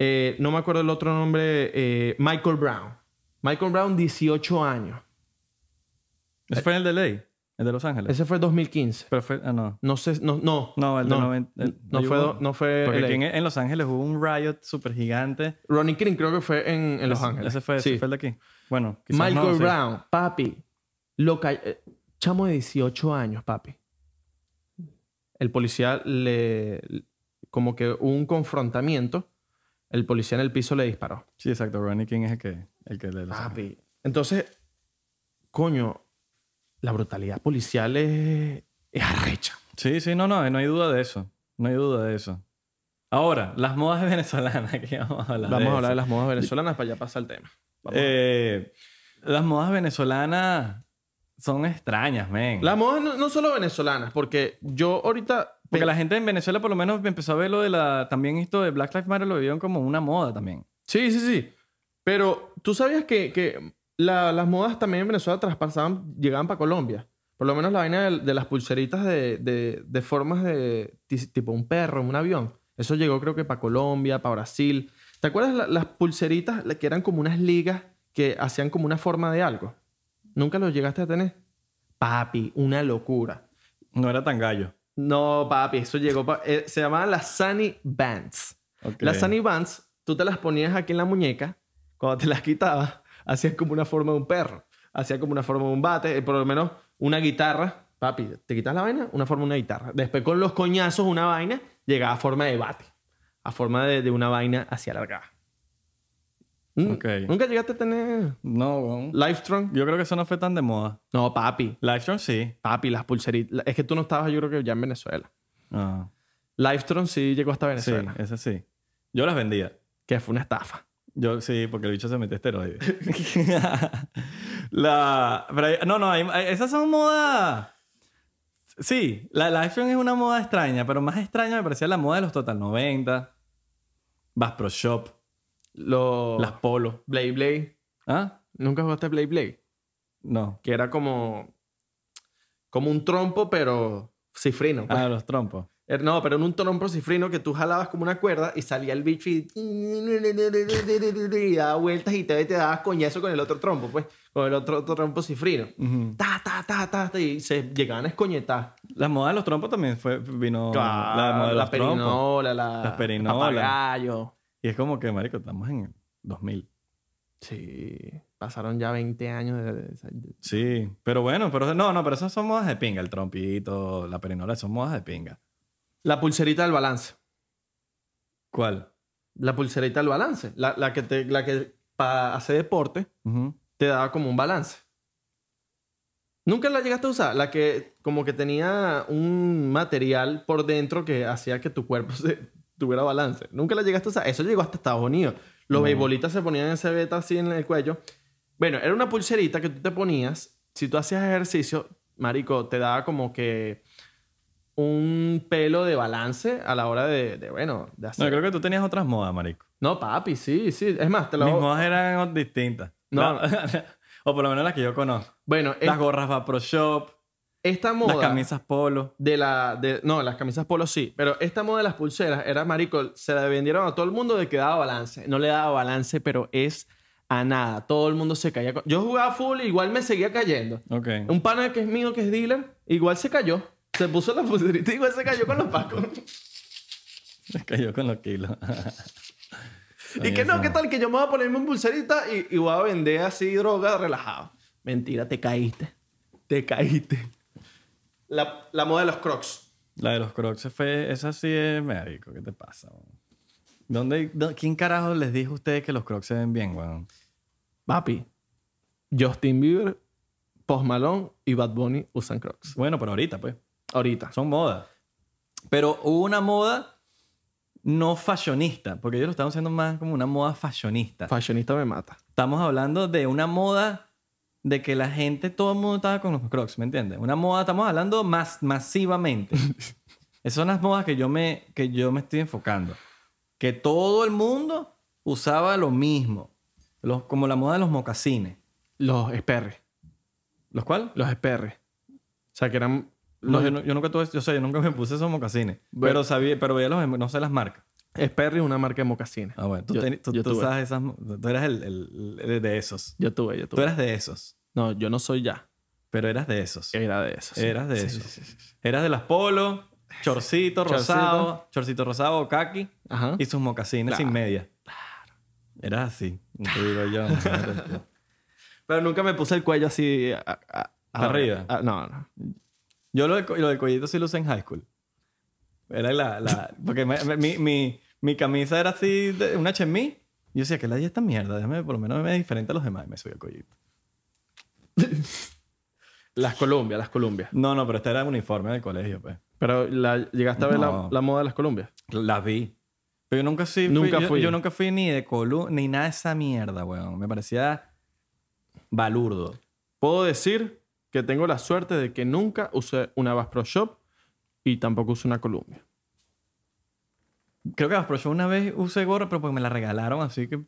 [SPEAKER 2] Eh, no me acuerdo el otro nombre, eh, Michael Brown. Michael Brown, 18 años.
[SPEAKER 1] Ese fue en el de ley, el de Los Ángeles.
[SPEAKER 2] Ese fue 2015.
[SPEAKER 1] Pero fue, ah, no.
[SPEAKER 2] No sé, no, no.
[SPEAKER 1] No, el de 90. el-
[SPEAKER 2] no fue,
[SPEAKER 1] hubo-
[SPEAKER 2] no fue
[SPEAKER 1] Porque
[SPEAKER 2] LA.
[SPEAKER 1] aquí en, en Los Ángeles hubo un riot súper gigante.
[SPEAKER 2] Ronnie King creo que fue en, en Los
[SPEAKER 1] Ese-
[SPEAKER 2] Ángeles.
[SPEAKER 1] Ese fue, ese
[SPEAKER 2] Sí.
[SPEAKER 1] fue el de aquí. Bueno, quizás
[SPEAKER 2] Michael
[SPEAKER 1] no, sí.
[SPEAKER 2] Brown, papi. Lo ca- eh, Chamo de 18 años, papi. El policía le... Como que hubo un confrontamiento. El policía en el piso le disparó.
[SPEAKER 1] Sí, exacto. Ronnie King es el que, el que de Los Ángeles.
[SPEAKER 2] Papi. Entonces, coño, la brutalidad policial es, es arrecha.
[SPEAKER 1] Sí, sí, no, no, no hay duda de eso. No hay duda de eso. Ahora, las modas venezolanas, que vamos a hablar
[SPEAKER 2] Vamos
[SPEAKER 1] de
[SPEAKER 2] a hablar
[SPEAKER 1] eso.
[SPEAKER 2] de las modas venezolanas para ya pasar el tema. Vamos.
[SPEAKER 1] Eh, las modas venezolanas son extrañas, men.
[SPEAKER 2] las modas no, no solo venezolanas, porque yo ahorita...
[SPEAKER 1] Porque la gente en Venezuela, por lo menos, empezó a ver lo de la. También esto de Black Lives Matter lo vivieron como una moda también.
[SPEAKER 2] Sí, sí, sí. Pero tú sabías que, que la- las modas también en Venezuela traspasaban, llegaban para Colombia. Por lo menos la vaina de, de las pulseritas de, de- de formas de ti- tipo un perro, un avión. Eso llegó creo que para Colombia, para Brasil. ¿Te acuerdas la- las pulseritas la- que eran como unas ligas que hacían como una forma de algo? ¿Nunca lo llegaste a tener? Papi, una locura.
[SPEAKER 1] No era tan gallo.
[SPEAKER 2] No, papi, eso llegó. pa- eh, se llamaban las Sunny Bands.
[SPEAKER 1] Ok.
[SPEAKER 2] Las Sunny Bands, tú te las ponías aquí en la muñeca, cuando te las quitabas, hacías como una forma de un perro, hacías como una forma de un bate, eh, por lo menos una guitarra. Papi, te quitas la vaina, una forma de una guitarra. Después con los coñazos, una vaina, llegaba a forma de bate, a forma de, de una vaina hacia alargada. Mm,
[SPEAKER 1] Ok.
[SPEAKER 2] ¿Nunca llegaste a tener
[SPEAKER 1] No, weón.
[SPEAKER 2] Livestrong?
[SPEAKER 1] yo creo que eso no fue tan de moda.
[SPEAKER 2] No, papi,
[SPEAKER 1] Livestrong sí.
[SPEAKER 2] papi, las pulseritas. Es que tú no estabas, yo creo que ya en Venezuela.
[SPEAKER 1] Ah,
[SPEAKER 2] Livestrong sí llegó hasta
[SPEAKER 1] sí,
[SPEAKER 2] Venezuela.
[SPEAKER 1] esa sí. Yo las vendía.
[SPEAKER 2] que fue una estafa.
[SPEAKER 1] Yo sí, porque el bicho se mete esteroides. la, pero hay- no, no, hay- hay- esas son modas. Sí, la Livestrong es una moda extraña, pero más extraña me parecía la moda de los Total 90, Bass Pro Shop,
[SPEAKER 2] Los
[SPEAKER 1] las Polo.
[SPEAKER 2] Blade Blade.
[SPEAKER 1] ¿Ah?
[SPEAKER 2] ¿Nunca jugaste Blade Blade?
[SPEAKER 1] No.
[SPEAKER 2] Que era como. Como un trompo, pero cifrino. pues.
[SPEAKER 1] Ah, los trompos.
[SPEAKER 2] Eh, No, pero en un trompo cifrino que tú jalabas como una cuerda y salía el bicho y. y daba vueltas y te, te dabas coñazo con el otro trompo, pues. Con el otro, otro trompo cifrino.
[SPEAKER 1] Ujú.
[SPEAKER 2] Ta, ta, ta, ta, ta, y se llegaban a escoñetar.
[SPEAKER 1] La moda de los trompos también fue, vino. la moda
[SPEAKER 2] Claro,
[SPEAKER 1] de
[SPEAKER 2] la
[SPEAKER 1] los trompos.
[SPEAKER 2] perinola, la.
[SPEAKER 1] Las perinolas.
[SPEAKER 2] el papagayo.
[SPEAKER 1] Y es como que, marico, estamos en 2000.
[SPEAKER 2] Sí. Pasaron ya 20 años de- de- de,
[SPEAKER 1] Sí, pero bueno, pero no, no, pero esas son modas de pinga. El trompito, la perinola, son modas de pinga.
[SPEAKER 2] La pulserita del balance.
[SPEAKER 1] ¿Cuál?
[SPEAKER 2] La pulserita del balance. La, la que, te, la que para hacer deporte
[SPEAKER 1] Ujú.
[SPEAKER 2] te daba como un balance. Nunca la llegaste a usar. La que como que tenía un material por dentro que hacía que tu cuerpo se- tuviera balance. Nunca la llegaste a usar. Eso llegó hasta Estados Unidos. Los beisbolistas se ponían ese beta así en el cuello. Bueno, era una pulserita que tú te ponías. Si tú hacías ejercicio, marico, te daba como que un pelo de balance a la hora de, de, bueno, de
[SPEAKER 1] No,
[SPEAKER 2] hacer...
[SPEAKER 1] yo creo que tú tenías otras modas, marico.
[SPEAKER 2] No, papi, sí, sí. Es más, te lo
[SPEAKER 1] Mis modas eran distintas.
[SPEAKER 2] No.
[SPEAKER 1] La- o por lo menos las que yo conozco.
[SPEAKER 2] Bueno, es-
[SPEAKER 1] Las gorras Vapro Shop,
[SPEAKER 2] esta moda.
[SPEAKER 1] las camisas polo.
[SPEAKER 2] De la. De, no, las camisas polo sí. Pero esta moda de las pulseras era marico. Se la vendieron a todo el mundo de que daba balance. No le daba balance, pero es a nada. Todo el mundo se caía. con- Yo jugaba full y igual me seguía cayendo.
[SPEAKER 1] Ok.
[SPEAKER 2] Un pana que es mío, que es dealer, igual se cayó. Se puso la pulserita y igual se cayó con los pacos.
[SPEAKER 1] Me cayó con los kilos.
[SPEAKER 2] y que no, ¿qué tal? Que yo me voy a ponerme un pulserita y, y voy a vender así droga relajado. Mentira, te caíste. Te caíste. La, la moda de los crocs.
[SPEAKER 1] La de los crocs fue... Esa sí es marico. ¿Qué te pasa, weón? ¿Dónde, dó- ¿Quién carajo les dijo a ustedes que los crocs se ven bien, weón?
[SPEAKER 2] Papi, Justin Bieber Post Malone y Bad Bunny usan Crocs.
[SPEAKER 1] Bueno, pero ahorita, pues.
[SPEAKER 2] Ahorita.
[SPEAKER 1] Son modas. Pero hubo una moda no fashionista, porque ellos lo estaban haciendo más como una moda fashionista.
[SPEAKER 2] Fashionista me mata.
[SPEAKER 1] Estamos hablando de una moda de que la gente, todo el mundo estaba con los crocs, ¿me entiendes? Una moda, estamos hablando más, masivamente. Esas son las modas que yo, me, que yo me estoy enfocando. Que todo el mundo usaba lo mismo. Los, como la moda de los mocasines.
[SPEAKER 2] Los SPR.
[SPEAKER 1] ¿Los cuál?
[SPEAKER 2] Los SPR. O sea, que eran...
[SPEAKER 1] No,
[SPEAKER 2] Los
[SPEAKER 1] yo, no- yo nunca tuve, yo sé, yo nunca me puse esos mocasines.
[SPEAKER 2] Bueno.
[SPEAKER 1] Pero sabía, pero veía los, no sé las marcas.
[SPEAKER 2] SPR es una marca de mocasines.
[SPEAKER 1] Ah, bueno, tú,
[SPEAKER 2] Yo-
[SPEAKER 1] teni- tú,
[SPEAKER 2] yo
[SPEAKER 1] tú
[SPEAKER 2] tuve.
[SPEAKER 1] usabas esas, mo- tú eras el, el- el de esos.
[SPEAKER 2] Yo tuve, yo tuve.
[SPEAKER 1] Tú eras de esos,
[SPEAKER 2] No, yo no soy ya.
[SPEAKER 1] pero eras de esos.
[SPEAKER 2] Era de esos.
[SPEAKER 1] Eras de
[SPEAKER 2] Sí,
[SPEAKER 1] esos.
[SPEAKER 2] sí, sí, sí.
[SPEAKER 1] Eras de las polos, chorcito
[SPEAKER 2] Chorcito.
[SPEAKER 1] rosado, chorcito rosado, kaki
[SPEAKER 2] Ajá.
[SPEAKER 1] y sus mocasines
[SPEAKER 2] Claro.
[SPEAKER 1] sin media. Eras así, te digo yo. madre.
[SPEAKER 2] Pero nunca me puse el cuello así... a- a- a-
[SPEAKER 1] Arriba.
[SPEAKER 2] a- Ah, no, no.
[SPEAKER 1] yo lo, de co- lo del cuellito sí lo usé en high school. Era la... la- porque me- me- mi, mi- mi camisa era así, de- una chemise. Y yo decía, que la di esta mierda, déjame por lo menos me diferente a los demás. Y me subí el cuellito.
[SPEAKER 2] Las Colombias, las Colombias.
[SPEAKER 1] No, no, pero este era el uniforme del colegio, pues.
[SPEAKER 2] Pero la, llegaste a ver
[SPEAKER 1] No.
[SPEAKER 2] la, la moda de las Colombias.
[SPEAKER 1] Las vi. Pero yo nunca sí fui,
[SPEAKER 2] Nunca
[SPEAKER 1] yo-
[SPEAKER 2] fui.
[SPEAKER 1] Yo, nunca fui ni de Colu, ni nada de esa mierda, weón. Me parecía balurdo.
[SPEAKER 2] Puedo decir que tengo la suerte de que nunca usé una Bass Pro Shop y tampoco usé una Columbia.
[SPEAKER 1] Creo que pero yo una vez usé gorra, pero pues me la regalaron, así que...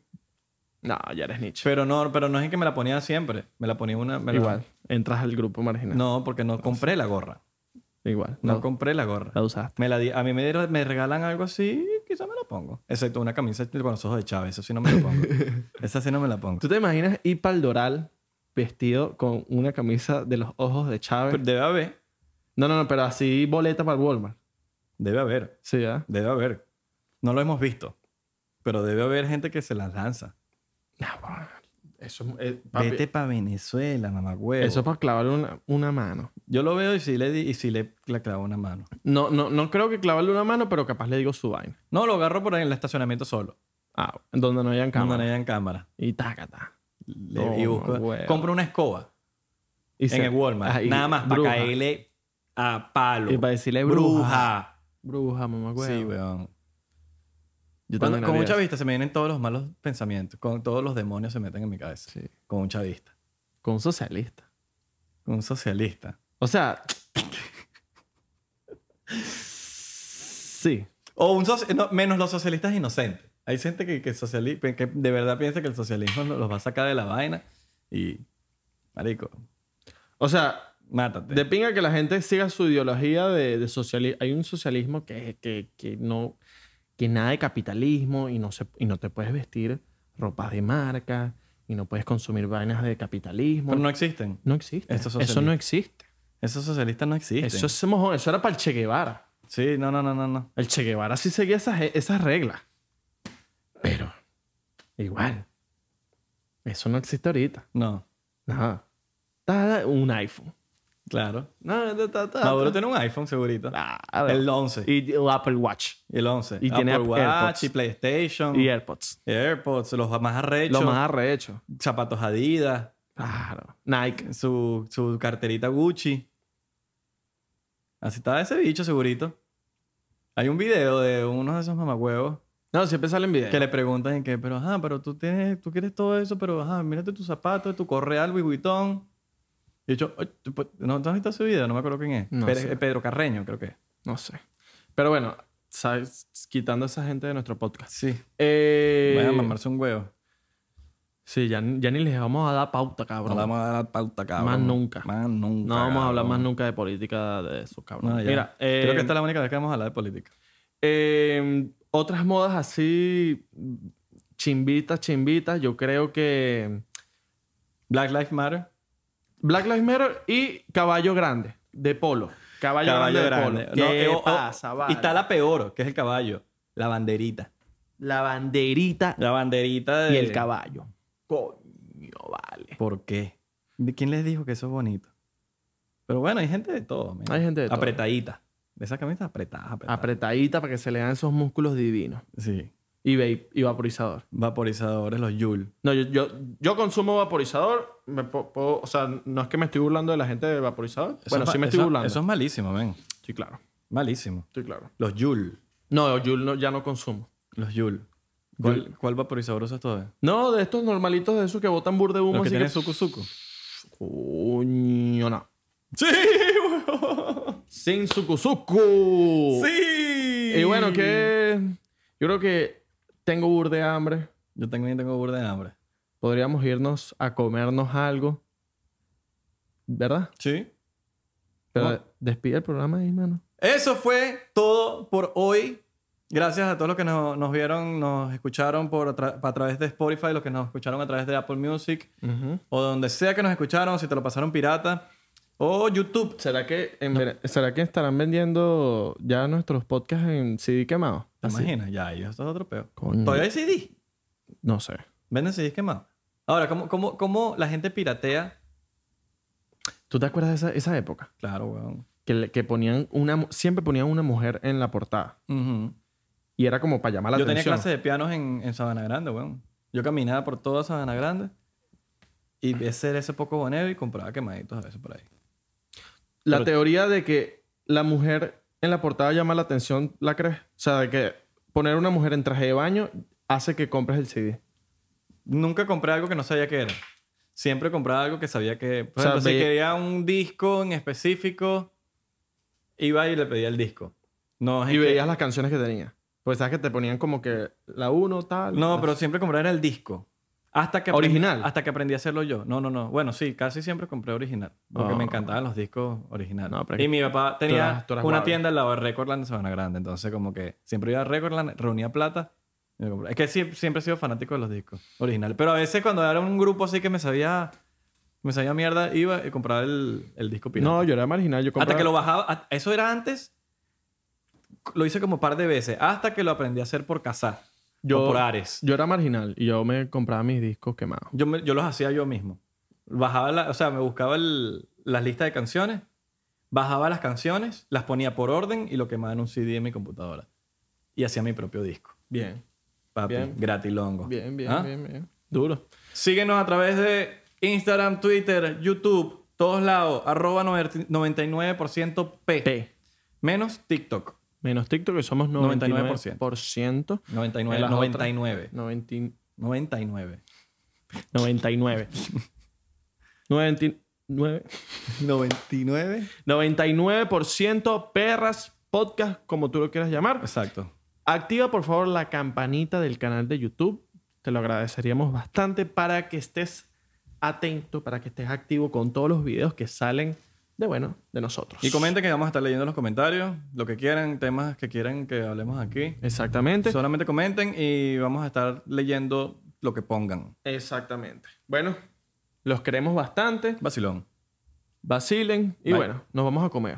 [SPEAKER 2] No, ya eres niche.
[SPEAKER 1] Pero no, pero no es que me la ponía siempre. Me la ponía una... me la-
[SPEAKER 2] Igual, entras al grupo marginal.
[SPEAKER 1] No, porque no compré la gorra.
[SPEAKER 2] Igual.
[SPEAKER 1] No,
[SPEAKER 2] No,
[SPEAKER 1] compré la gorra.
[SPEAKER 2] la usaste.
[SPEAKER 1] Me la di- a mí me, dieron- me regalan algo así, quizá me la pongo. Excepto una camisa con los ojos de Chávez, eso sí no me la pongo. Esa sí no me la pongo.
[SPEAKER 2] ¿Tú te imaginas ir pa'l Doral vestido con una camisa de los ojos de Chávez?
[SPEAKER 1] Pero Debe haber,
[SPEAKER 2] No, no, no, pero así boleta para el Walmart.
[SPEAKER 1] debe haber.
[SPEAKER 2] Sí, ¿ah? ¿verdad?
[SPEAKER 1] Debe haber. No lo hemos visto. Pero debe haber gente que se las lanza.
[SPEAKER 2] No, bueno, eso, es- eh, papi,
[SPEAKER 1] Vete para Venezuela, mamá
[SPEAKER 2] eso es para clavarle una, una mano.
[SPEAKER 1] Yo lo veo y si le, di- y si le la clavo una mano.
[SPEAKER 2] No, no, no creo que clavarle una mano, pero capaz le digo su vaina.
[SPEAKER 1] No, lo agarro por ahí en el estacionamiento solo.
[SPEAKER 2] Ah, donde no hayan cámara.
[SPEAKER 1] Donde no hayan cámara.
[SPEAKER 2] Y tácata.
[SPEAKER 1] Le-
[SPEAKER 2] No,
[SPEAKER 1] y busco-
[SPEAKER 2] huevo.
[SPEAKER 1] compro una escoba
[SPEAKER 2] Y se-
[SPEAKER 1] en el Walmart.
[SPEAKER 2] Ah, y
[SPEAKER 1] Nada más para
[SPEAKER 2] bruja.
[SPEAKER 1] caerle a palo.
[SPEAKER 2] Y para decirle bruja.
[SPEAKER 1] bruja.
[SPEAKER 2] Bruja, mamá, güey.
[SPEAKER 1] Sí, weón.
[SPEAKER 2] Yo
[SPEAKER 1] Cuando-
[SPEAKER 2] también
[SPEAKER 1] con un
[SPEAKER 2] haría
[SPEAKER 1] chavista se me vienen todos los malos pensamientos. Con todos los demonios se meten en mi cabeza.
[SPEAKER 2] eso. Sí.
[SPEAKER 1] Con un chavista.
[SPEAKER 2] Con un socialista.
[SPEAKER 1] Con un socialista.
[SPEAKER 2] O sea. sí.
[SPEAKER 1] O un soci- no, menos los socialistas inocentes. Hay gente que, que, sociali- que de verdad piensa que el socialismo lo- los va a sacar de la vaina y, marico,
[SPEAKER 2] O sea,
[SPEAKER 1] mátate.
[SPEAKER 2] de pinga que la gente siga su ideología de, de socialismo. Hay un socialismo que, que, que no. Que nada de capitalismo y no, se, y no te puedes vestir ropas de marca y no puedes consumir vainas de capitalismo.
[SPEAKER 1] Pero no existen.
[SPEAKER 2] No existe.
[SPEAKER 1] Esto es
[SPEAKER 2] Eso no
[SPEAKER 1] socialismo.
[SPEAKER 2] existe.
[SPEAKER 1] Esos socialistas no existen.
[SPEAKER 2] Eso es mojón. Eso era para el Che Guevara.
[SPEAKER 1] Sí, no, no, no, no, no.
[SPEAKER 2] El Che Guevara sí seguía esas, esas reglas. Pero, igual. Eso no existe ahorita.
[SPEAKER 1] No,
[SPEAKER 2] Nada. Nada, Un iPhone.
[SPEAKER 1] claro.
[SPEAKER 2] No, ta, ta, ta,
[SPEAKER 1] Maduro
[SPEAKER 2] ta.
[SPEAKER 1] tiene un iPhone, segurito.
[SPEAKER 2] Ah, Claro.
[SPEAKER 1] El 11. Y,
[SPEAKER 2] Y el Apple Watch.
[SPEAKER 1] el 11.
[SPEAKER 2] y tiene
[SPEAKER 1] Apple Watch
[SPEAKER 2] AirPods.
[SPEAKER 1] y PlayStation.
[SPEAKER 2] Y AirPods.
[SPEAKER 1] AirPods, los más arrechos.
[SPEAKER 2] Lo más arrecho.
[SPEAKER 1] Zapatos Adidas.
[SPEAKER 2] Claro. Nike.
[SPEAKER 1] Su, su carterita Gucci. Así estaba ese bicho, segurito. Hay un video de uno de esos mamagüevos
[SPEAKER 2] No, siempre salen videos.
[SPEAKER 1] que le preguntan en que, pero ajá, pero tú tienes, tú quieres todo eso, pero ajá, mírate tus zapatos, tu correa, Louis Vuitton. Y yo, "Ay, tú, pues, no, ¿tú has visto ese video? No me acuerdo quién es.
[SPEAKER 2] No
[SPEAKER 1] Pérez-
[SPEAKER 2] sé.
[SPEAKER 1] eh, Pedro Carreño, creo que es.
[SPEAKER 2] No sé. Pero bueno, ¿sabes? quitando a esa gente de nuestro podcast.
[SPEAKER 1] Sí.
[SPEAKER 2] Eh,
[SPEAKER 1] Vayan a mamarse un huevo.
[SPEAKER 2] Sí, ya, ya ni les vamos a dar pauta, cabrón.
[SPEAKER 1] No le vamos a dar pauta, cabrón.
[SPEAKER 2] Más nunca.
[SPEAKER 1] Más nunca.
[SPEAKER 2] No vamos a hablar más
[SPEAKER 1] cabrón.
[SPEAKER 2] nunca de política de esos cabrones.
[SPEAKER 1] No, ya.
[SPEAKER 2] Mira, eh,
[SPEAKER 1] Creo que esta es la única vez que vamos a hablar de política.
[SPEAKER 2] eh, otras modas así chimbitas, chimbitas. Yo creo que
[SPEAKER 1] Black Lives Matter.
[SPEAKER 2] Black Lives Matter y caballo grande de polo. Caballo,
[SPEAKER 1] Caballo
[SPEAKER 2] grande,
[SPEAKER 1] grande.
[SPEAKER 2] de polo.
[SPEAKER 1] No,
[SPEAKER 2] ¿Qué
[SPEAKER 1] eh, oh, oh,
[SPEAKER 2] pasa, vale?
[SPEAKER 1] Y está la peor, que es el caballo. La banderita.
[SPEAKER 2] La banderita
[SPEAKER 1] La banderita de...
[SPEAKER 2] y el caballo. Coño, vale.
[SPEAKER 1] ¿Por qué? ¿De ¿Quién les dijo que eso es bonito? Pero bueno, hay gente de todo. men.
[SPEAKER 2] Hay gente de todo.
[SPEAKER 1] Apretadita. De esas camisas apretadas, apretadas.
[SPEAKER 2] Apretadita para que se le dan esos músculos divinos.
[SPEAKER 1] sí.
[SPEAKER 2] y, vape- y vaporizador.
[SPEAKER 1] Vaporizadores, los Yule.
[SPEAKER 2] No, yo, yo, yo consumo vaporizador. me po- puedo- o sea, no es que me estoy burlando de la gente de vaporizador.
[SPEAKER 1] Eso
[SPEAKER 2] bueno,
[SPEAKER 1] es ma-
[SPEAKER 2] sí me estoy
[SPEAKER 1] eso-
[SPEAKER 2] burlando.
[SPEAKER 1] Eso es malísimo, ven.
[SPEAKER 2] Sí, claro.
[SPEAKER 1] Malísimo.
[SPEAKER 2] Sí, claro.
[SPEAKER 1] Los Yule.
[SPEAKER 2] No, yo no- ya no consumo.
[SPEAKER 1] Los Yule. ¿Cuál, cuál vaporizador usas todavía?
[SPEAKER 2] No, de estos normalitos de esos que botan bur de humo.
[SPEAKER 1] Los que
[SPEAKER 2] así
[SPEAKER 1] tienen suku
[SPEAKER 2] que-
[SPEAKER 1] suku.
[SPEAKER 2] Coño, no.
[SPEAKER 1] ¡Sí,
[SPEAKER 2] Sin sucuzuku.
[SPEAKER 1] ¡Sí!
[SPEAKER 2] Y bueno, que yo creo que tengo bur de hambre.
[SPEAKER 1] Yo también tengo burda de hambre.
[SPEAKER 2] Podríamos irnos a comernos algo. ¿Verdad?
[SPEAKER 1] Sí.
[SPEAKER 2] Pero
[SPEAKER 1] Bueno.
[SPEAKER 2] despide el programa ahí, mano.
[SPEAKER 1] Eso fue todo por hoy. Gracias a todos los que nos, nos vieron, nos escucharon por a, tra- a través de Spotify, los que nos escucharon a través de Apple Music, o donde sea que nos escucharon, si te lo pasaron pirata, o YouTube.
[SPEAKER 2] ¿Será que, en Vene- ¿Será que estarán vendiendo ya nuestros podcasts en CD quemado?
[SPEAKER 1] ¿Te
[SPEAKER 2] Así.
[SPEAKER 1] imaginas? Ya, ellos esto es otro peo.
[SPEAKER 2] Coño.
[SPEAKER 1] Todavía hay CD.
[SPEAKER 2] No sé.
[SPEAKER 1] Venden CDs quemados. Ahora, ¿cómo, cómo, ¿cómo la gente piratea?
[SPEAKER 2] ¿Tú te acuerdas de esa, esa época?
[SPEAKER 1] Claro, weón.
[SPEAKER 2] Que, le- que ponían una... mu- Siempre ponían una mujer en la portada.
[SPEAKER 1] Ujú.
[SPEAKER 2] Y era como para llamar la
[SPEAKER 1] Yo tenía
[SPEAKER 2] atención.
[SPEAKER 1] clases de pianos en, en Sabana Grande, weón. Yo caminaba por toda Sabana Grande y ese era ese poco bonero y compraba quemaditos a veces por ahí.
[SPEAKER 2] La
[SPEAKER 1] Pero-
[SPEAKER 2] teoría de que la mujer en la portada llama la atención, ¿la crees? O sea, de que poner una mujer en traje de baño hace que compres el CD.
[SPEAKER 1] Nunca compré algo que no sabía que era. Siempre compraba algo que sabía que... Por
[SPEAKER 2] O sea,
[SPEAKER 1] ejemplo, si
[SPEAKER 2] veía-
[SPEAKER 1] quería un disco en específico, iba y le pedía el disco. No, es
[SPEAKER 2] Y
[SPEAKER 1] que-
[SPEAKER 2] veías las canciones que tenía. Pues sabes que te ponían como que la 1, tal.
[SPEAKER 1] No,
[SPEAKER 2] la-
[SPEAKER 1] pero siempre compraba era el disco. Hasta que aprend-
[SPEAKER 2] ¿Original?
[SPEAKER 1] Hasta que aprendí a hacerlo yo. No, no, no. Bueno, sí, casi siempre compré original. Porque
[SPEAKER 2] Ah.
[SPEAKER 1] me encantaban los discos originales.
[SPEAKER 2] No, pero es
[SPEAKER 1] y
[SPEAKER 2] que
[SPEAKER 1] mi papá tenía
[SPEAKER 2] eras- tú eras
[SPEAKER 1] una
[SPEAKER 2] guave.
[SPEAKER 1] tienda al lado de Recordland en Sabana Grande. Entonces, como que siempre iba a Recordland, reunía plata. y me compraba. Es que sie- siempre he sido fanático de los discos originales. Pero a veces cuando era un grupo así que me sabía, me sabía mierda, iba y compraba el, el disco pirata.
[SPEAKER 2] No, yo era marginal. Yo compraba...
[SPEAKER 1] Hasta que lo bajaba. a- Eso era antes. Lo hice como un par de veces. Hasta que lo aprendí a hacer por casar.
[SPEAKER 2] Yo-
[SPEAKER 1] o por Ares.
[SPEAKER 2] Yo era marginal y yo me compraba mis discos quemados.
[SPEAKER 1] Yo, me- yo los hacía yo mismo. Bajaba, la- o sea, me buscaba el- las listas de canciones, bajaba las canciones, las ponía por orden y lo quemaba en un CD en mi computadora. Y hacía mi propio disco.
[SPEAKER 2] Bien,
[SPEAKER 1] Papi,
[SPEAKER 2] Bien.
[SPEAKER 1] gratilongo.
[SPEAKER 2] bien, bien,
[SPEAKER 1] ¿Ah?
[SPEAKER 2] bien, bien. Duro.
[SPEAKER 1] Síguenos a través de Instagram, Twitter, YouTube, todos lados, arroba 99% P.
[SPEAKER 2] P.
[SPEAKER 1] Menos TikTok.
[SPEAKER 2] Menos TikTok, que somos 99%.
[SPEAKER 1] 99%.
[SPEAKER 2] 99%.
[SPEAKER 1] 99,
[SPEAKER 2] En las
[SPEAKER 1] 99.
[SPEAKER 2] otras, 90
[SPEAKER 1] 99.
[SPEAKER 2] 99. 99.
[SPEAKER 1] 99.
[SPEAKER 2] 99% perras podcast, como tú lo quieras llamar.
[SPEAKER 1] Exacto.
[SPEAKER 2] Activa por favor la campanita del canal de YouTube. Te lo agradeceríamos bastante para que estés atento, para que estés activo con todos los videos que salen de bueno, de nosotros.
[SPEAKER 1] Y comenten que vamos a estar leyendo los comentarios, lo que quieran, temas que quieran que hablemos aquí.
[SPEAKER 2] Exactamente.
[SPEAKER 1] Solamente comenten y vamos a estar leyendo lo que pongan.
[SPEAKER 2] Exactamente. Bueno, los queremos bastante.
[SPEAKER 1] Vacilón.
[SPEAKER 2] Vacilen y
[SPEAKER 1] Bye.
[SPEAKER 2] bueno, nos vamos a comer.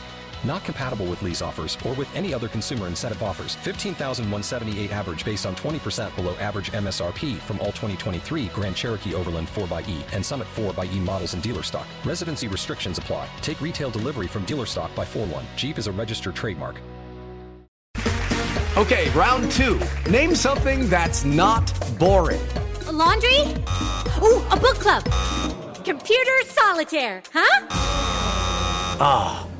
[SPEAKER 3] Not compatible with lease offers or with any other consumer incentive offers. 15,178 average based on 20% below average MSRP from all 2023 Grand Cherokee Overland 4xE and Summit 4xE models in dealer stock. Residency restrictions apply. Take retail delivery from dealer stock by 4 1. Jeep is a registered trademark.
[SPEAKER 1] Okay, round two. Name something that's not boring.
[SPEAKER 4] laundry? Ooh, a book club. Computer solitaire, huh?